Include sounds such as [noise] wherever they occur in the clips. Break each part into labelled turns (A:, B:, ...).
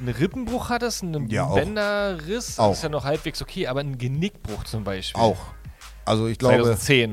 A: einen Rippenbruch hattest, einen
B: Ja, auch.
A: Bänderriss,
B: Auch.
A: ist ja noch halbwegs okay, aber einen Genickbruch zum Beispiel.
B: Auch. Also ich glaube, ah,
A: 2010.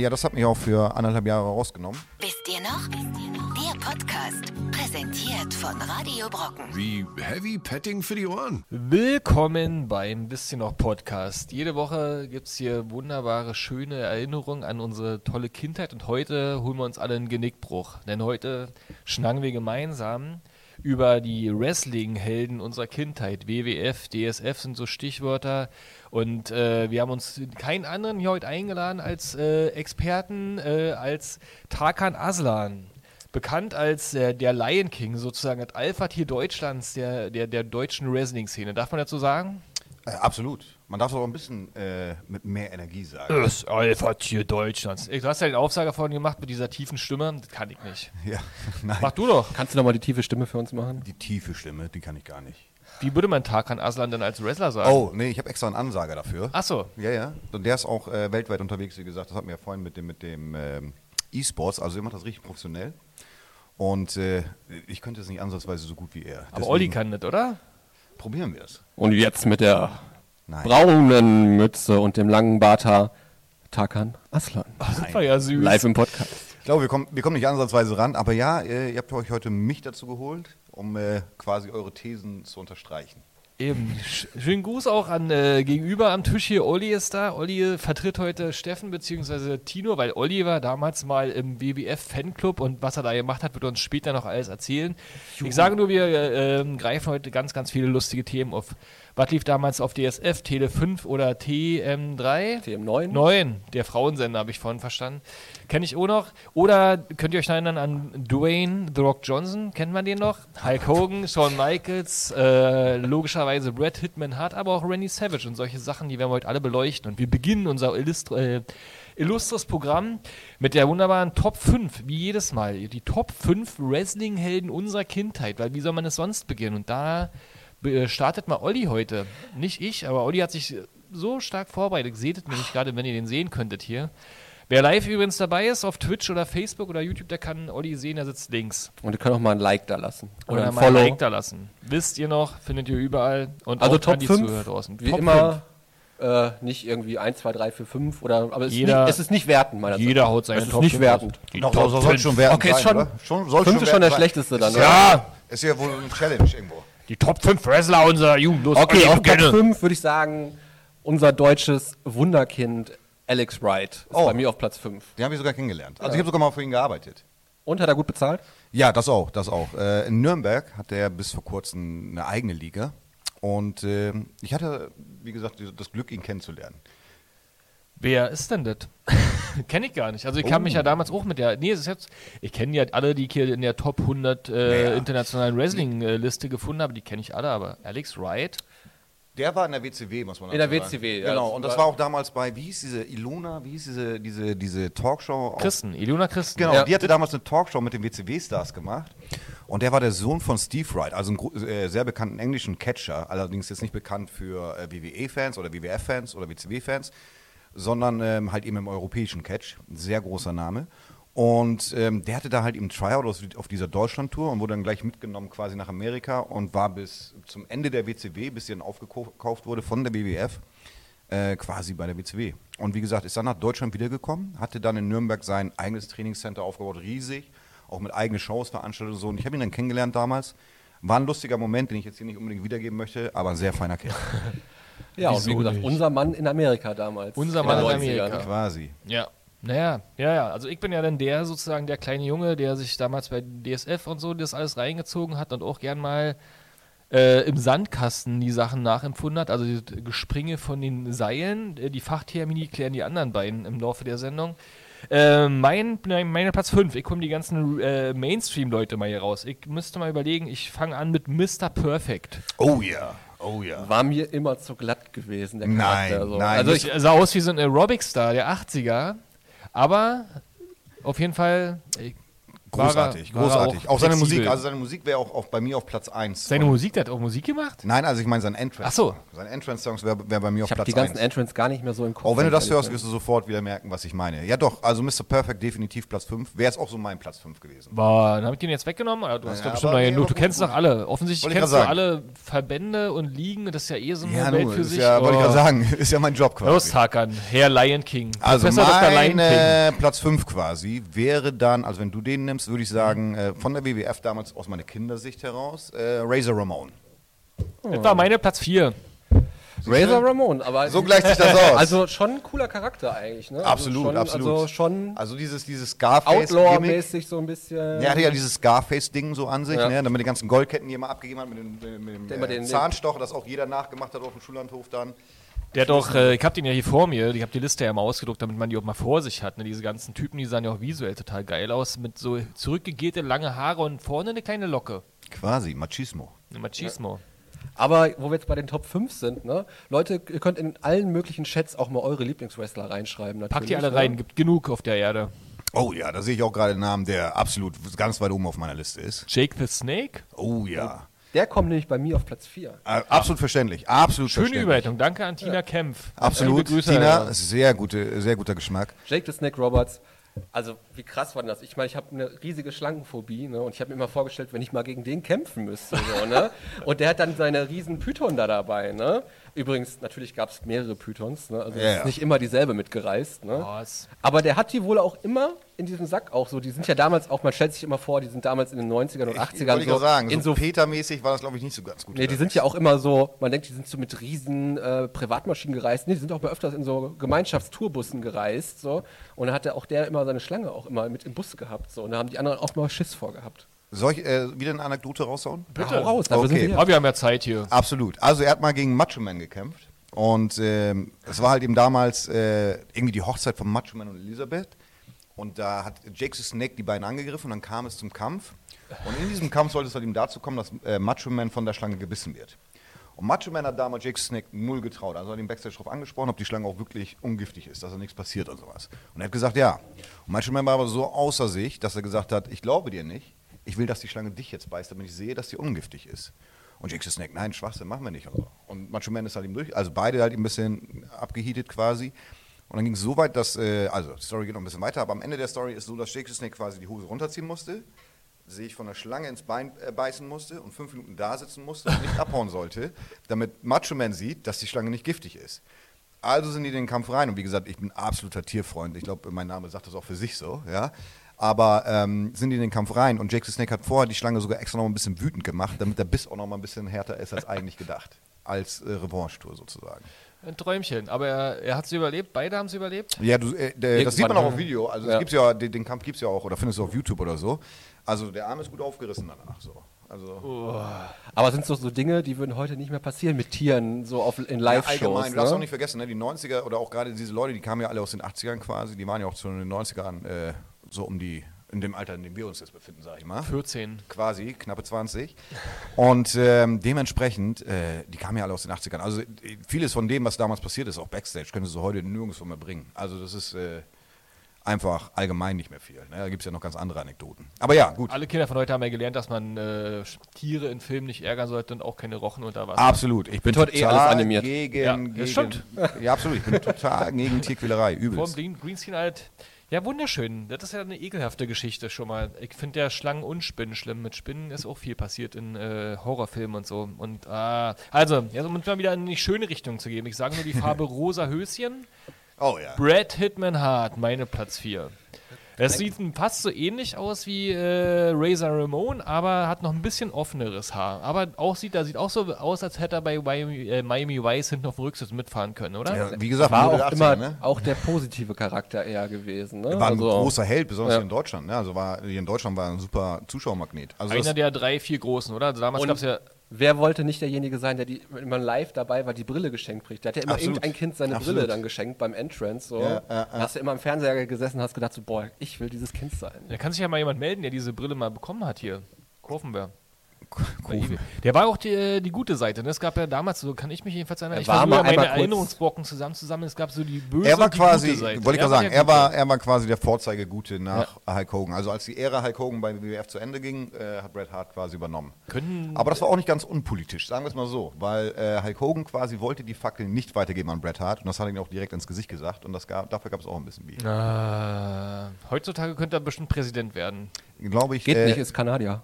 B: ja, das hat mich auch für anderthalb Jahre rausgenommen.
C: Wisst ihr noch? Der Podcast, präsentiert von Radio Brocken.
D: Wie heavy petting für die Ohren.
A: Willkommen beim Bisschen noch Podcast. Jede Woche gibt es hier wunderbare, schöne Erinnerungen an unsere tolle Kindheit und heute holen wir uns alle einen Genickbruch. Denn heute schnacken wir gemeinsam über die Wrestling-Helden unserer Kindheit. WWF, DSF sind so Stichwörter. Und äh, wir haben uns keinen anderen hier heute eingeladen als äh, Experten, äh, als Tarkan Aslan. Bekannt als äh, der Lion King, sozusagen das Alpha-Tier Deutschlands, der, der, der deutschen Wrestling-Szene. Darf man dazu sagen?
B: Äh, absolut. Man darf es auch ein bisschen äh, mit mehr Energie sagen.
A: Das Alpha-Tier Deutschlands. Du hast ja den Aufsager vorhin gemacht mit dieser tiefen Stimme. Das kann ich nicht.
B: [laughs] Ja, nein.
A: Äh. Mach du doch.
E: Kannst du nochmal die tiefe Stimme für uns machen?
B: Die tiefe Stimme, die kann ich gar nicht.
A: Wie würde man Tarkan Aslan denn als Wrestler sagen?
B: Oh, nee, ich habe extra einen Ansager dafür.
A: Ah. Ach so.
B: Ja, ja. Und der ist auch äh, weltweit unterwegs, wie gesagt. Das hatten wir ja vorhin mit dem, mit dem ähm, E-Sports. Also, er macht das richtig professionell. Und äh, ich könnte es nicht ansatzweise so gut wie er.
A: Aber Olli kann das, oder?
B: Probieren wir es.
E: Und jetzt mit der
B: Nein.
E: braunen Mütze und dem langen Barthaar Tarkan Aslan.
A: Das war ja süß.
E: Live im Podcast.
B: Ich glaube, wir kommen, wir kommen nicht ansatzweise ran. Aber ja, äh, ihr habt euch heute mich dazu geholt, um äh, quasi eure Thesen zu unterstreichen.
A: Eben. Sch- Schönen Gruß auch an äh, gegenüber am Tisch hier. Olli ist da. Olli vertritt heute Steffen bzw. Tino, weil Olli war damals mal im WWF-Fanclub und was er da gemacht hat, wird er uns später noch alles erzählen. Ich sage nur, wir äh, ähm, greifen heute ganz, ganz viele lustige Themen auf. Was lief damals auf DSF, Tele 5 oder TM3?
E: TM9?
A: 9, der Frauensender, habe ich vorhin verstanden. Kenne ich auch noch. Oder könnt ihr euch erinnern an Dwayne The Rock Johnson? Kennt man den noch? Hulk Hogan, Shawn Michaels, äh, logischerweise Brad Hitman Hart, aber auch Randy Savage und solche Sachen, die werden wir heute alle beleuchten. Und wir beginnen unser illustr äh, illustres Programm mit der wunderbaren Top 5, wie jedes Mal. Die Top 5 Wrestling-Helden unserer Kindheit, weil wie soll man es sonst beginnen? Und da äh, startet mal Olli heute. Nicht ich, aber Olli hat sich so stark vorbereitet. Seht es nämlich gerade, wenn ihr den sehen könntet hier. Wer live übrigens dabei ist, auf Twitch oder Facebook oder YouTube, der kann Olli sehen, der sitzt links.
E: Und ihr könnt auch mal ein Like da lassen. Oder, ein
A: mal ein
E: Follow.
A: Like da lassen. Wisst ihr noch, findet ihr überall. Und
E: also
A: auch an
E: Top
A: die
E: 5,
A: Zuhörer draußen.
E: wie
A: Top
E: immer. Äh, nicht irgendwie 1, 2, 3, 4, 5 oder. Aber es,
A: Jeder-
E: ist, nicht, es ist nicht wertend, meiner
A: 5. Jeder
E: Seite.
A: haut seinen
E: Es ist
A: Top
E: nicht
A: 5
E: wertend.
A: raus. Die
B: Noch
A: Top
B: soll, soll
A: 5.
B: schon werden.
E: Okay, ist
B: sein,
E: schon-
B: oder? schon, soll
E: Fünfte schon
B: werten
E: der
B: sein.
E: schlechteste dann,
B: Ist
E: oder?
B: ja, ist ja wohl eine Challenge irgendwo.
A: Die Top 5 Wrestler unserer Jugend. Los,
E: Okay,
A: Olli,
E: auf
A: du
E: Top
A: gerne.
E: 5 würde ich sagen, unser deutsches Wunderkind Alex Wright ist
B: Oh.
E: bei mir auf Platz 5.
B: Den habe ich sogar kennengelernt. Also ich habe sogar mal für ihn gearbeitet.
E: Und hat er gut bezahlt?
B: Ja, das auch, das auch. Äh, in Nürnberg hat er bis vor kurzem eine eigene Liga. Und ähm, ich hatte, wie gesagt, das Glück, ihn kennenzulernen.
A: Wer ist denn das? [laughs] kenne ich gar nicht. Also ich kann mich
B: Oh.
A: ja damals auch mit der. Nee, es ist jetzt. Ich kenne ja alle, die ich hier in der Top 100 äh,
B: Ja, ja.
A: internationalen Wrestling-Liste gefunden habe. Die kenne ich alle, aber Alex Wright.
B: Der war in der WCW, muss man
E: In
B: dazu
E: der
B: sagen.
E: WCW, ja.
B: Genau, und das war auch damals bei, wie hieß diese Ilona, wie hieß diese, diese, diese Talkshow? auf-
A: Christen, Ilona Christen.
B: Genau,
E: Ja.
B: die hatte damals eine Talkshow mit den WCW-Stars gemacht. Und der war der Sohn von Steve Wright, also einen gro- äh, sehr bekannten englischen Catcher, allerdings jetzt nicht bekannt für äh, WWE-Fans oder WWF-Fans oder WCW-Fans, sondern ähm, halt eben im europäischen Catch. Ein sehr großer Name. Und ähm, der hatte da halt eben Tryout aus- auf dieser Deutschland-Tour und wurde dann gleich mitgenommen quasi nach Amerika und war bis zum Ende der WCW, bis sie dann aufgekauft wurde von der WWF, äh, quasi bei der WCW. Und wie gesagt, ist dann nach Deutschland wiedergekommen, hatte dann in Nürnberg sein eigenes Trainingscenter aufgebaut, riesig, auch mit eigenen Shows veranstaltet und so. Und ich habe ihn dann kennengelernt damals. War ein lustiger Moment, den ich jetzt hier nicht unbedingt wiedergeben möchte, aber ein sehr feiner Kerl.
E: Ja, und
A: Wieso
E: wie gesagt,
A: nicht?
E: unser Mann in Amerika damals.
A: Unser
E: den
A: Mann in
E: 90ern.
A: Amerika.
B: Quasi.
A: Ja. Naja, ja, ja. Also ich bin ja dann der sozusagen der kleine Junge, der sich damals bei DSF und so das alles reingezogen hat und auch gern mal äh, im Sandkasten die Sachen nachempfunden hat. Also die Gespringe von den Seilen. Äh, Die Fachtermini klären die anderen beiden im Laufe der Sendung. Äh, mein, nein, meine Platz 5. Ich komme die ganzen äh, Mainstream-Leute mal hier raus. Ich müsste mal überlegen, ich fange an mit Mr. Perfect.
B: Oh ja, oh ja.
E: War mir immer zu glatt gewesen, der
B: Nein,
E: Charakter. so.
B: nein.
E: Also ich,
A: Er sah aus wie so ein Aerobic-Star der 80er. Aber auf jeden Fall, ich
B: Großartig,
A: War er- war er
B: großartig. Auch, seine
A: flexibel.
B: Musik, also seine Musik wäre auch auf, bei mir auf Platz 1.
A: Seine Musik, der hat auch Musik gemacht?
B: Nein, also ich meine sein Entrance.
A: Ach so.
B: Sein Entrance-Songs wäre wär bei mir auf
E: Ich habe
B: Platz
E: die ganzen
B: 1.
E: Entrants gar nicht mehr so im Kopf.
B: Auch wenn du das
E: ehrlich
B: hörst, wirst du sofort wieder merken, was ich meine. Ja doch, also Mr. Perfect definitiv Platz 5. Wäre es auch so mein Platz 5 gewesen.
A: Boah, dann hab ich den jetzt weggenommen. aber Du hast
B: Ja,
A: doch bestimmt
B: aber-
A: neue
B: nee,
A: genug.
B: aber
A: Du
B: gut,
A: kennst
B: gut.
A: doch alle. Offensichtlich
B: Wollte ich
A: kennst du
B: grad
A: alle Verbände und Ligen. Das ist ja eh so eine
B: Ja,
A: Welt
B: nun,
A: für
B: ist
A: sich.
B: ja, wollte ich
A: Oh.
B: gerade sagen, [laughs] ist ja mein Job quasi.
A: Los, Hakan, Herr Lion King.
B: Also
A: Professor Dr.
B: mein
A: Lion King.
B: äh, Platz 5 quasi wäre dann, also wenn du den nimmst, würde ich sagen, äh, von der WWF damals aus meiner Kindersicht heraus, äh, Razor Ramon. Oh.
A: Das war meine Platz 4.
E: gesagt. Razor Ramon, aber
B: So gleicht sich das aus.
E: [laughs] also schon ein cooler Charakter eigentlich, ne?
B: absolut,
E: also schon,
B: absolut.
E: Also schon
B: also dieses, dieses Scarface-Gimmick.
E: Outlaw-mäßig so ein bisschen.
B: Der hatte ja dieses Scarface-Ding so an sich,
E: Ja.
B: ne? damit die ganzen Goldketten, die er mal abgegeben hat, mit dem, mit dem
E: Der immer
B: äh,
E: den-
B: Zahnstocher, das auch jeder nachgemacht hat auf dem Schullandhof dann.
A: Der hat auch, äh, ich hab den ja hier vor mir, ich hab die Liste ja mal ausgedruckt, damit man die auch mal vor sich hat. Ne? Diese ganzen Typen, die sahen ja auch visuell total geil aus, mit so zurückgegelte lange Haare und vorne eine kleine Locke.
B: Quasi, Machismo.
A: Ein Machismo.
E: Aber wo wir jetzt bei den Top 5 sind, ne? Leute, ihr könnt in allen möglichen Chats auch mal eure Lieblingswrestler reinschreiben. Natürlich,
A: Pack die alle
E: ne?
A: rein, gibt genug auf der Erde.
B: Oh ja, da sehe ich auch gerade einen Namen, der absolut ganz weit oben auf meiner Liste ist.
A: Jake the Snake?
B: Oh ja.
E: Der kommt nämlich bei mir auf Platz 4.
B: Äh, absolut verständlich, absolut
A: Schöne
B: verständlich.
A: Überleitung, danke an Tina Kempf.
B: Absolut,
A: Liebe Grüße,
B: Tina,
A: Alter.
B: sehr, gute, sehr guter Geschmack.
E: Jake the Snake Roberts. Also, wie krass war denn das? Ich meine, ich habe eine riesige Schlangenphobie ne? und ich habe mir immer vorgestellt, wenn ich mal gegen den kämpfen müsste.
B: [laughs]
E: So, ne? Und der hat dann seine riesen Python da dabei. Ne? Übrigens, natürlich gab es mehrere Pythons. Ne? Also,
B: Ja,
E: es
B: ja.
E: ist nicht immer dieselbe mitgereist. Ne?
A: Was?
E: Aber der hat die wohl auch immer in diesem Sack auch so. Die sind ja damals auch, man stellt sich immer vor, die sind damals in den 90ern und 80ern
B: Wollte ich ja
E: so,
B: sagen,
E: in
B: so
E: so
B: Peter-mäßig war das, glaube ich, nicht so ganz gut.
E: Nee, die sind ja auch immer so, man denkt, die sind so mit riesen äh, Privatmaschinen gereist. Nee, die sind auch mal öfters in so Gemeinschaftstourbussen gereist. So. Und da hatte auch der immer seine Schlange auch immer mit im Bus gehabt. So. Und da haben die anderen auch mal Schiss vorgehabt.
B: Soll ich äh, wieder eine Anekdote raushauen?
E: Bitte. Hau raus, dafür
B: Okay.
E: sind wir
A: Ah, wir haben ja Zeit hier.
B: Absolut. Also er hat mal gegen Macho Man gekämpft. Und ähm, es war halt eben damals äh, irgendwie die Hochzeit von Macho Man und Elisabeth. Und da hat Jake the Snake die beiden angegriffen und dann kam es zum Kampf. Und in diesem Kampf sollte es halt eben dazu kommen, dass äh, Macho Man von der Schlange gebissen wird. Und Macho Man hat damals Jake the Snake null getraut. Also hat ihn Backstage drauf angesprochen, ob die Schlange auch wirklich ungiftig ist, dass da nichts passiert und sowas. Und er hat gesagt, ja. Und Macho Man war aber so außer sich, dass er gesagt hat, ich glaube dir nicht. Ich will, dass die Schlange dich jetzt beißt, damit ich sehe, dass die ungiftig ist. Und Jake the Snake, nein, Schwachsinn, machen wir nicht. Und, so. und Macho Man ist halt eben durch, also beide halt ein bisschen abgehietet quasi. Und dann ging es so weit, dass, äh, also die Story geht noch ein bisschen weiter, aber am Ende der Story ist so, dass Jake the Snake quasi die Hose runterziehen musste, sich von der Schlange ins Bein äh, beißen musste und fünf Minuten da sitzen musste und nicht abhauen sollte, damit Macho Man sieht, dass die Schlange nicht giftig ist. Also sind die in den Kampf rein. Und wie gesagt, ich bin absoluter Tierfreund. Ich glaube, mein Name sagt das auch für sich so, ja. Aber ähm, sind die in den Kampf rein und Jake the Snake hat vorher die Schlange sogar extra noch ein bisschen wütend gemacht, damit der Biss auch noch mal ein bisschen härter ist als eigentlich gedacht. Als äh, Revanche-Tour sozusagen.
A: Ein Träumchen, aber er, er hat es überlebt, beide haben es überlebt.
B: Ja, du, äh, der, das sieht man auch auf Video. Also es
E: Ja.
B: gibt's ja, den, den Kampf gibt es ja auch oder findest du auf YouTube oder so. Also der Arm ist gut aufgerissen danach. So. Also
E: Aber sind so, so Dinge, die würden heute nicht mehr passieren mit Tieren, so auf, in
B: ja,
E: Live-Shows.
B: allgemein, du darfst auch
E: ne?
B: nicht vergessen, ne, die 90er oder auch gerade diese Leute, die kamen ja alle aus den 80ern quasi, die waren ja auch zu den 90ern äh, so um die, in dem Alter, in dem wir uns jetzt befinden, sag ich mal.
A: 14.
B: quasi, knappe 20. Und ähm, dementsprechend, äh, die kamen ja alle aus den 80ern. Also äh, vieles von dem, was damals passiert ist, auch Backstage, könntest du heute nirgendwo mehr bringen. Also das ist äh, einfach allgemein nicht mehr viel. Ne? Da gibt es ja noch ganz andere Anekdoten. Aber ja, gut.
A: Alle Kinder von heute haben ja gelernt, dass man äh, Tiere in Filmen nicht ärgern sollte und auch keine Rochen unter Wasser.
B: Absolut. Ich bin
E: Wird heute eh alles animiert.
B: gegen,
A: Ja, das
B: gegen
A: stimmt.
B: [laughs] Ja, absolut. Ich bin total gegen Tierquälerei.
A: Vom
B: Übelst.
A: Green- Greenscreen halt. Ja, wunderschön. Das ist ja eine ekelhafte Geschichte schon mal. Ich finde ja Schlangen und Spinnen schlimm. Mit Spinnen ist auch viel passiert in äh, Horrorfilmen und so. Und ah, also, jetzt, um uns mal wieder in die schöne Richtung zu geben. Ich sage nur die Farbe rosa Höschen.
B: Oh ja.
A: Brad Hitman Hart, meine Platz 4. Es sieht fast so ähnlich aus wie äh, Razor Ramon, aber hat noch ein bisschen offeneres Haar. Aber auch sieht, da sieht auch so aus, als hätte er bei Miami, äh, Miami Vice hinten auf dem Rücksitz mitfahren können, oder?
B: ja. Wie gesagt,
E: War
B: Mitte der
E: auch
B: 80er,
E: immer
B: ne?
E: auch der positive Charakter eher gewesen. Ne?
B: War ein
E: Also-
B: großer Held, besonders
E: Ja.
B: hier in Deutschland. Ne? Also war, hier in Deutschland war er ein super Zuschauermagnet. Also das-
A: Einer der drei, vier großen, oder? Also damals
E: Und-
A: gab es ja
E: Wer wollte nicht derjenige sein, der die, wenn man live dabei war, die Brille geschenkt kriegt? Der hat ja immer
B: Absolut.
E: irgendein Kind seine
B: Absolut.
E: Brille dann geschenkt beim Entrance. So.
B: Ja, ja, ja.
E: Da hast du immer im Fernseher gesessen und hast gedacht, so, boah, ich will dieses Kind sein.
A: Da kann sich ja mal jemand melden, der diese Brille mal bekommen hat hier. Kurvenberg.
B: Kofi.
A: Der war auch die, äh, die gute Seite. Ne? Es gab ja damals, so kann ich mich jedenfalls erinnern,
E: Er
A: ich
E: war
A: versuche
E: mal
A: ja meine
E: einmal kurz-
A: Erinnerungsblocken zusammenzusammeln. Es gab so die böse
B: Er war
A: und die gute
B: quasi, wollte
A: Seite.
B: ich gerade sagen,
A: der
B: er
A: Gute.
B: war, er war quasi der Vorzeigegute nach Hulk Hogan. Also als die Ära Hulk Hogan beim WWF zu Ende ging, äh, hat Bret Hart quasi übernommen.
A: Können-
B: Aber das war auch nicht ganz unpolitisch, sagen wir es mal so, weil äh, Hulk Hogan quasi wollte die Fackel nicht weitergeben an Bret Hart und das hat er ihm auch direkt ins Gesicht gesagt und das gab, dafür gab es auch ein bisschen Bier.
A: Ah, heutzutage könnte er bestimmt Präsident werden.
B: Glaube ich,
E: Geht
B: äh,
E: nicht, ist Kanadier.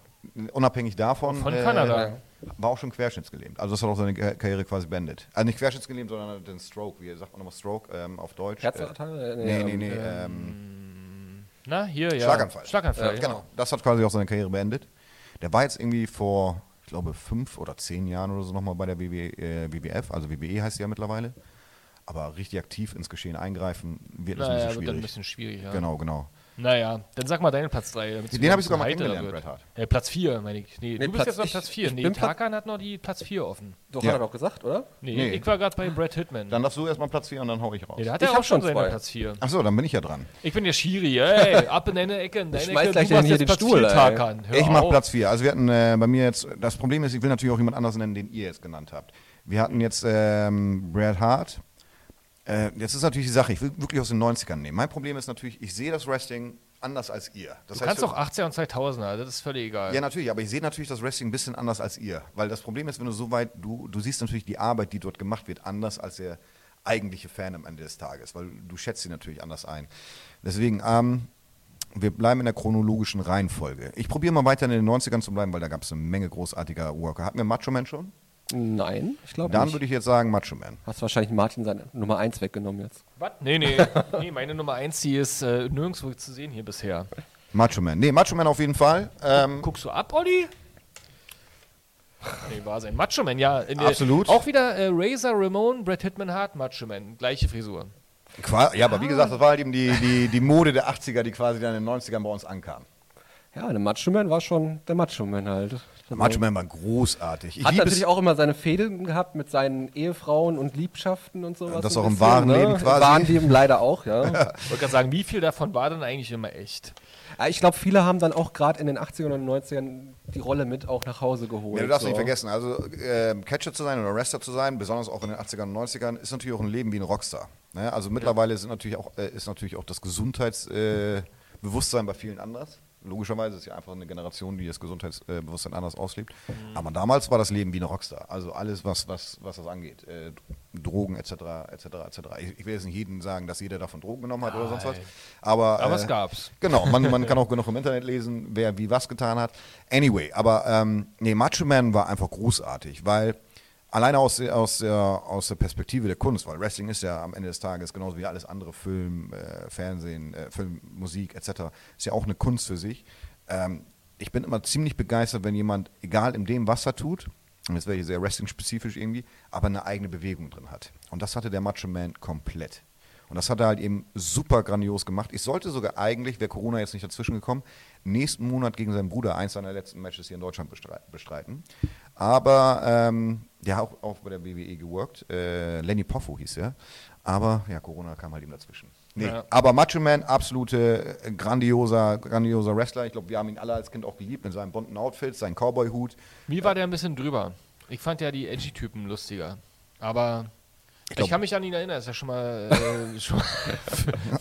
B: unabhängig davon. äh,
A: Von Kanada.
B: War auch schon querschnittsgelähmt. Also das hat auch seine Ka- Karriere quasi beendet. Also nicht querschnittsgelähmt, sondern den Stroke, wie er sagt man nochmal Stroke ähm, auf Deutsch.
E: Herzinfarkte?
B: Äh,
E: Nee,
B: nee, nee, nee. ähm,
A: Na, hier, ja.
B: Schlaganfall.
A: Schlaganfall.
B: Ja,
A: ja.
B: genau. Das hat quasi auch seine Karriere beendet. Der war jetzt irgendwie vor, ich glaube, fünf oder zehn Jahren oder so nochmal bei der WB, äh, WBF, also WBE heißt sie ja mittlerweile. Aber richtig aktiv ins Geschehen eingreifen wird das ein
A: Naja,
B: bisschen
A: wird dann ein
B: schwierig.
A: bisschen schwierig, ja.
B: Genau, genau.
A: Naja, dann sag mal deinen Platz 3.
B: Den hab ich sogar mal kennengelernt, Bret Hart.
A: Äh, Platz 4, meine ich. Nee,
E: Nee,
A: du bist
E: Platz-
A: jetzt bei
E: ich-
A: Platz 4.
E: ich
A: Nee,
E: bin Platz-
A: Tarkan hat noch die Platz 4 offen.
E: Doch,
B: Ja.
E: hat er doch gesagt, oder?
A: Nee,
B: Nee.
A: ich war gerade bei Brad Hitman.
B: Dann darfst du erstmal Platz 4 und dann hau ich raus.
A: nee, da hat
E: Ich
A: er
E: hab
A: auch schon
E: schon
A: seinen
E: zwei.
A: Platz 4.
B: Achso, dann bin ich ja dran.
A: Ich bin der Schiri, ey. Ab in deine Ecke, in deine
E: schmeiß
A: Ecke.
E: gleich
A: du machst
E: hier
A: jetzt
E: den
A: Platz
E: Stuhl,
A: 4,
E: ey.
A: Tarkan. Hör
B: Ich mach
A: auf.
B: Platz 4. Also wir hatten äh, bei mir jetzt, das Problem ist, ich will natürlich auch jemand anders nennen, den ihr jetzt genannt habt. Wir hatten jetzt ähm, Brad Hart. Äh, jetzt ist natürlich die Sache, ich will wirklich aus den 90ern nehmen. Mein Problem ist natürlich, ich sehe das Wrestling anders als ihr. Das
A: Du kannst
B: für-
A: auch 80er und 2000er, das ist völlig egal.
B: Ja, natürlich, aber ich sehe natürlich das Wrestling ein bisschen anders als ihr. Weil das Problem ist, wenn du so weit, du, du siehst natürlich die Arbeit, die dort gemacht wird, anders als der eigentliche Fan am Ende des Tages, weil du schätzt sie natürlich anders ein. Deswegen, ähm, wir bleiben in der chronologischen Reihenfolge. Ich probiere mal weiter in den 90ern zu bleiben, weil da gab es eine Menge großartiger Worker. Hatten wir Macho Man schon?
E: Nein, ich glaube
B: Dann
E: nicht.
B: würde ich jetzt sagen Macho Man.
E: Hast wahrscheinlich Martin seine Nummer 1 weggenommen jetzt.
A: Was? Nee, nee. nee, meine Nummer 1, die ist äh, nirgendwo zu sehen hier bisher.
B: Macho Man. Nee, Macho Man auf jeden Fall. Ähm,
A: Guckst du ab, Olli? Nee, war sein. Macho Man, ja. In der-
B: Absolut.
A: Auch wieder äh, Razor Ramon, Brad Hitman Hart, Macho Man. Gleiche Frisur.
B: qua- ja, aber wie gesagt, das war halt eben die, die, die Mode der 80er, die quasi dann in den 90ern bei uns ankam.
E: Ja, der Macho Man war schon der Macho Man halt.
B: Macho Man war großartig. Ich
E: Hat
B: lieb es-
E: natürlich auch immer seine Fäden gehabt mit seinen Ehefrauen und Liebschaften und sowas.
B: Das
E: ein ne?
B: auch im wahren Leben quasi.
E: Im wahren Leben leider
B: [laughs]
E: auch, ja.
A: Ich wollte gerade sagen, wie viel davon war denn eigentlich immer echt?
E: Aber Ah, ich glaube, viele haben dann auch gerade in den 80ern und 90ern die Rolle mit auch nach Hause geholt.
B: Ja, du darfst
E: so.
B: nicht vergessen, also ähm, Catcher zu sein oder Wrestler zu sein, besonders auch in den 80ern und 90ern, ist natürlich auch ein Leben wie ein Rockstar. Ne? Also mittlerweile sind natürlich auch, äh, ist natürlich auch das Gesundheitsbewusstsein äh, Bewusstsein bei vielen anders. Logischerweise ist ja einfach eine Generation, die das Gesundheitsbewusstsein anders auslebt. Aber damals war das Leben wie ein Rockstar. Also alles, was, was, was das angeht. Äh, Drogen etc. etc. etc. Ich, ich will jetzt nicht jedem sagen, dass jeder davon Drogen genommen hat oder sonst was. Aber,
A: Aber es
B: äh,
A: gab's.
B: Genau,
A: [laughs]
B: man, man kann auch genug im Internet lesen, wer wie was getan hat. Anyway, aber ähm, nee, Macho Man war einfach großartig, weil alleine aus, der- aus, der, aus der Perspektive der Kunst, weil Wrestling ist ja am Ende des Tages genauso wie alles andere, Film, äh, Fernsehen, äh, Film, Musik etc., ist ja auch eine Kunst für sich. Ähm, ich bin immer ziemlich begeistert, wenn jemand, egal in dem, was er tut, und jetzt werde ich sehr wrestling-spezifisch irgendwie, aber eine eigene Bewegung drin hat. Und das hatte der Macho Man komplett. Und das hat er halt eben super grandios gemacht. Ich sollte sogar eigentlich, wäre Corona jetzt nicht dazwischen gekommen, nächsten Monat gegen seinen Bruder eins seiner letzten Matches hier in Deutschland bestre- bestreiten. Aber ähm, der hat auch, auch bei der WWE geworkt. Äh, Lenny Poffo hieß er. Aber ja, Corona kam halt eben dazwischen. Nee,
A: Ja.
B: aber Macho Man, absolute äh, grandioser, grandioser Wrestler. Ich glaube, wir haben ihn alle als Kind auch geliebt mit seinem bunten Outfit, seinem Cowboy-Hut.
A: Mir war der ein bisschen drüber. Ich fand ja die Edgy-Typen lustiger. Aber ich,
B: glaub-
A: kann mich an ihn erinnern. Das ist ja schon mal, äh, schon mal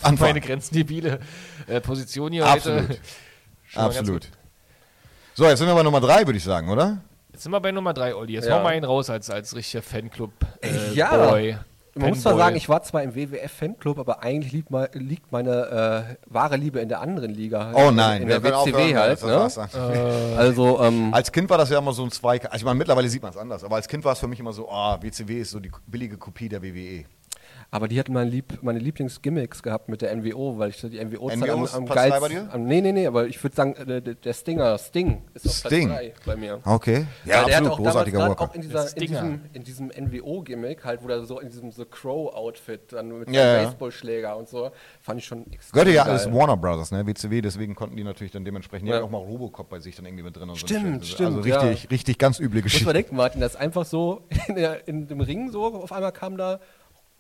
B: Anfang.
A: meine grenzendebile äh, Position hier
B: Absolut.
A: heute. Schon mal ganz
B: Absolut.
A: gut.
B: So, jetzt sind wir bei Nummer drei, würde ich sagen, oder?
A: Jetzt sind wir bei Nummer 3, Olli. Jetzt
E: Ja.
A: hau mal einen raus als, als richtiger Fanclub-Boy. Äh,
E: Ja.
A: Boy.
E: Man muss
A: Fanboy.
E: zwar sagen, ich war zwar im WWF-Fanclub, aber eigentlich liegt, mal, liegt meine äh, wahre Liebe in der anderen Liga.
B: Oh nein,
E: in
B: wir
E: der
B: können
A: E
E: WCW
B: aufhören,
E: halt.
B: das war's
E: Ne?
B: dann.
E: Also, ähm,
B: Als Kind war das ja immer so ein Zweig. Also ich meine, mittlerweile sieht man es anders. Aber als Kind war es für mich immer so, ah, WCW ist so die billige Kopie der E. WWE.
E: aber die hatten mein Lieb, meine Lieblingsgimmicks gehabt mit der NWO, weil ich die NWO,
B: NWO
E: am,
B: ist
E: am
B: Platz drei
E: geilsten-
B: bei dir?
E: Am, nee, nee, nee, aber ich würde sagen, äh, der, der Stinger, Sting ist auf
B: Sting.
E: Platz 3 bei mir.
B: Okay.
E: Ja,
B: Ja,
E: der
B: absolut
E: hat auch damals
B: großartiger
E: gerade
B: Worker.
E: auch in, dieser, in
A: Stinger.
E: diesem, in diesem NWO-Gimmick, halt, wo er so in diesem The Crow-Outfit, dann mit
B: Ja, ja.
E: dem Baseballschläger und so, fand ich schon extrem
B: Gehörte ja
E: geil.
B: alles Warner Brothers, ne? WCW, deswegen konnten die natürlich dann dementsprechend ja.
E: Ja.
B: auch mal Robocop bei sich dann irgendwie mit drin und
E: Stimmt,
B: so.
E: stimmt,
B: Also richtig, richtig ganz üble
E: Muss
B: Geschichte.
E: [laughs] man denken, Martin, dass einfach so in, der, in dem Ring so auf einmal kam da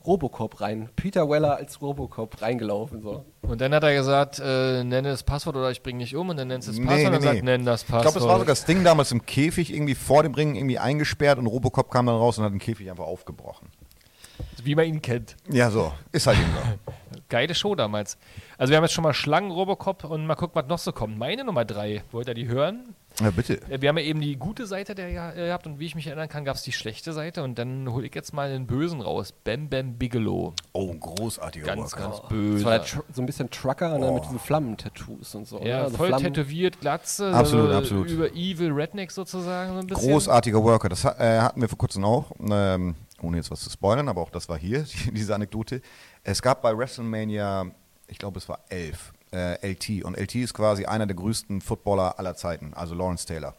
E: Robocop rein. Peter Weller als Robocop reingelaufen. So.
A: Und dann hat er gesagt, äh, nenne das Passwort oder ich bringe dich um. Und dann nennst du das
B: Nee,
A: Passwort und dann
B: nee, nee.
A: sagt, nenn das
B: Ich
A: Passwort.
B: glaube, das war sogar das Ding damals im Käfig, irgendwie vor dem Ring irgendwie eingesperrt und Robocop kam dann raus und hat den Käfig einfach aufgebrochen.
A: Wie man ihn kennt.
B: Ja, so. Ist halt eben [laughs] so.
A: Geile Show damals. Also wir haben jetzt schon mal Schlangen, Robocop und mal gucken, was noch so kommt. Meine Nummer drei, wollt ihr die hören?
B: Ja, bitte.
A: Äh, Wir haben ja eben die gute Seite der ihr äh, habt und wie ich mich erinnern kann, gab es die schlechte Seite und dann hole ich jetzt mal den Bösen raus. Bam Bam Bigelow.
B: Oh, großartiger
A: Ganz,
E: genau.
A: ganz
B: Workout.
A: böse.
E: Das war der Tr- so ein bisschen Trucker ne, mit diesen Flammentattoos und so. ne?
A: ja,
E: also
A: voll
E: Flammen-
A: tätowiert, Glatze,
B: Absolut,
A: so
B: absolut.
A: über Evil Redneck sozusagen so ein bisschen.
B: Großartiger Worker. Das ha- äh, hatten wir vor kurzem auch, ähm, ohne jetzt was zu spoilern, aber auch das war hier, [laughs] die- diese Anekdote. Es gab bei WrestleMania, ich glaube, es war 11, äh, LT. Und LT ist quasi einer der größten Footballer aller Zeiten, also Lawrence Taylor.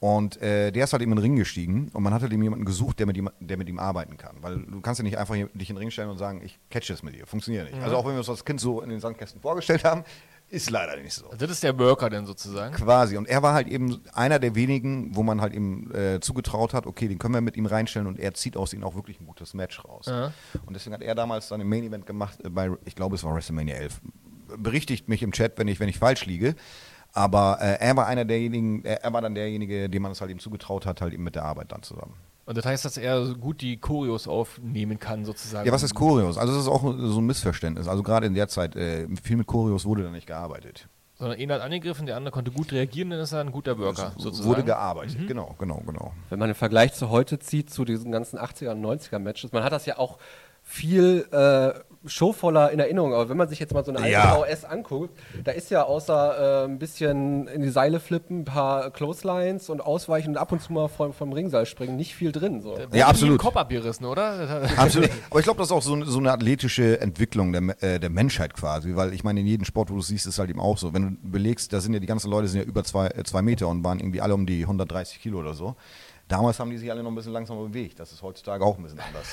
B: Und äh, der ist halt eben in den Ring gestiegen und man hat halt eben jemanden gesucht, der mit, ihm, der mit ihm arbeiten kann. Weil du kannst ja nicht einfach hier, dich in den Ring stellen und sagen, ich catche es mit dir. Funktioniert nicht. Also auch wenn wir uns das Kind so in den Sandkästen vorgestellt haben, ist leider nicht so.
A: Also Das ist der Worker dann sozusagen.
B: Quasi. Und er war halt eben einer der wenigen, wo man halt eben äh, zugetraut hat, okay, den können wir mit ihm reinstellen und er zieht aus ihm auch wirklich ein gutes Match raus. Und deswegen hat er damals dann im Main Event gemacht, äh, bei, ich glaube, es war WrestleMania 11. Berichtigt mich im Chat, wenn ich, wenn ich falsch liege. Aber äh, er war einer derjenigen, äh, er, er war dann derjenige, dem man es halt eben zugetraut hat, halt eben mit der Arbeit dann zusammen.
A: Und das heißt, dass er so gut die Choreos aufnehmen kann sozusagen.
B: Ja, was ist Choreos? Also das ist auch so ein Missverständnis. Also gerade in der Zeit, äh, viel mit Choreos wurde da nicht gearbeitet.
A: Sondern einer hat angegriffen, der andere konnte gut reagieren, dann ist er ein guter Worker sozusagen.
B: Wurde gearbeitet, genau, genau, genau.
E: wenn man den Vergleich zu heute zieht, zu diesen ganzen 80er und 90er Matches, man hat das ja auch viel äh, showvoller in Erinnerung. Aber wenn man sich jetzt mal so eine alte
B: Ja.
E: VS anguckt, da ist ja außer äh, ein bisschen in die Seile flippen, ein paar Clotheslines und ausweichen und ab und zu mal vom, vom Ringseil springen, nicht viel drin. So.
A: Wurde ihm
B: absolut.
A: den Kopf abgerissen, oder?
B: Absolut. Aber ich glaube, das ist auch so, so eine athletische Entwicklung der, Me- äh, der Menschheit quasi, weil ich meine, in jedem Sport, wo du es siehst, ist halt eben auch so. Wenn du belegst, da sind ja die ganzen Leute sind ja über zwei, äh, zwei Meter und waren irgendwie alle um die 130 Kilo oder so. Damals haben die sich alle noch ein bisschen langsamer bewegt. Das ist heutzutage auch ein bisschen anders.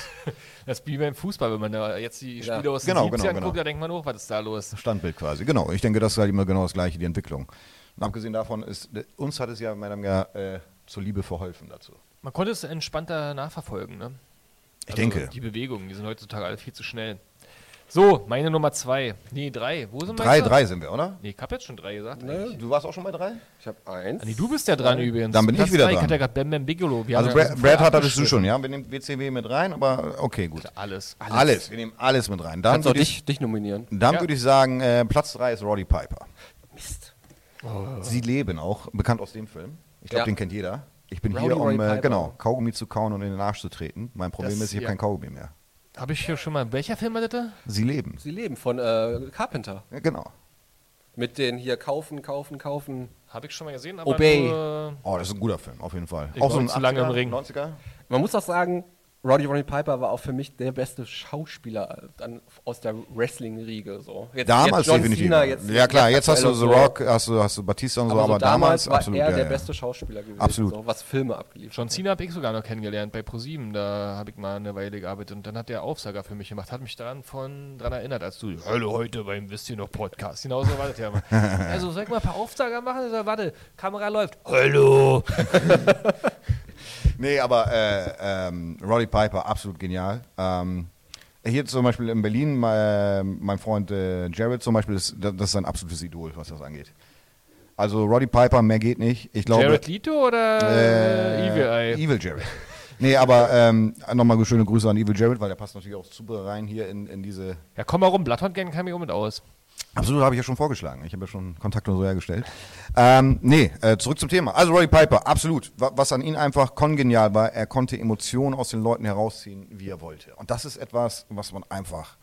A: Das ist wie beim Fußball, wenn man da jetzt die Spiele aus den
B: Genau,
A: 70ern
B: genau, genau.
A: guckt, da denkt man, oh, was ist da los?
B: Standbild quasi. Genau. Ich denke, das ist halt immer genau das gleiche, die Entwicklung. Und abgesehen davon ist, äh, uns hat es ja, Madame, ja, äh, zur Liebe verholfen dazu.
A: Man konnte es entspannter nachverfolgen, ne?
B: Ich denke.
A: Die Bewegungen, die sind heutzutage alle viel zu schnell. So, meine Nummer zwei. Nee, drei. Wo sind wir?
B: Drei,
A: jetzt?
B: drei sind wir, oder?
A: Nee, ich hab jetzt schon drei gesagt. Ah,
E: Ne?
B: Du warst auch schon bei drei?
E: Ich habe eins.
A: Nee, du bist ja dran übrigens.
B: Dann bin ich
A: Platz
B: wieder
A: drei,
B: dran.
A: Ich hatte ja gerade Bam Bam Bigelow. Wir
B: Also,
A: haben ja
B: Brad,
A: das
B: Brad
A: voll
B: hattest du
A: abgeschnitten.
B: schon, ja? Wir nehmen WCW mit rein, aber okay, gut.
A: Alles. Ah,
B: Alles. Wir nehmen alles mit rein. Dann,
E: Kannst auch
B: würde ich,
E: dich, dich nominieren.
B: dann
A: Ja.
B: würde ich sagen, äh, Platz 3 ist Roddy Piper.
E: Mist.
B: Sie leben auch, bekannt aus dem Film. Ich glaube,
E: Ja.
B: den kennt jeder. Ich bin
E: Rowdy
B: hier, um
E: Roddy
B: äh,
E: Piper.
B: genau, Kaugummi zu kauen und in den Arsch zu treten. Mein Problem
E: Das-
B: ist, ich habe
E: ja.
B: kein Kaugummi mehr.
A: Habe ich hier schon mal. Welcher Film war das? da?
B: Sie leben.
E: Sie leben von äh, Carpenter.
B: Ja, genau.
E: Mit den hier kaufen, kaufen, kaufen.
A: Habe ich schon mal gesehen, aber
E: Obey.
A: nur-
B: Oh, das ist ein guter Film, auf jeden Fall.
A: Ich war nicht so lange im Ring.
B: 90er?
E: Man muss auch sagen, Roddy Roddy Piper war auch für mich der beste Schauspieler äh, an, aus der Wrestling-Riege. So. Jetzt-
B: Damals
E: jetzt John
B: definitiv.
E: Cena, jetzt-
B: ja klar, jetzt hast du
E: aktuell
B: The
E: und so.
B: Rock, hast du, hast du Batista und so,
E: Aber,
B: aber,
E: so damals,
B: damals,
E: war
B: absolut.
E: er
B: ja,
E: der
B: ja.
E: beste Schauspieler gewesen,
B: Absolut.
E: So, was Filme abgeliefert
A: John Cena habe ich sogar noch kennengelernt bei ProSieben. Da habe ich mal eine Weile gearbeitet und dann hat der Aufsager für mich gemacht. Hat mich daran von, dran erinnert, als du, hallo, heute beim Wisst ihr noch Podcast. Genauso war das [laughs] ja mal. Also, soll ich mal ein paar Aufsager machen? Also, warte, Kamera läuft. Hallo.
B: Nee, aber äh, ähm, Roddy Piper, absolut genial. Ähm, hier zum Beispiel in Berlin, mein, mein Freund äh, Jared zum Beispiel, ist, das das ist sein absolutes Idol, was das angeht. Also Roddy Piper, mehr geht nicht. Ich glaube,
A: Jared Leto oder äh, Evil Eye?
B: Evil Jared. Nee, aber ähm, nochmal schöne Grüße an Evil Jared, weil der passt natürlich auch super rein hier in, in diese.
A: Ja, komm mal rum, Bloodhound Gang kam mir mit aus.
B: Absolut, habe ich ja schon vorgeschlagen. Ich habe ja schon Kontakt und so hergestellt. Ähm, nee, äh, zurück zum Thema. Also Roddy Piper, absolut. Wa- Was an ihm einfach kongenial war, er konnte Emotionen aus den Leuten herausziehen, wie er wollte. Und das ist etwas, was man einfach.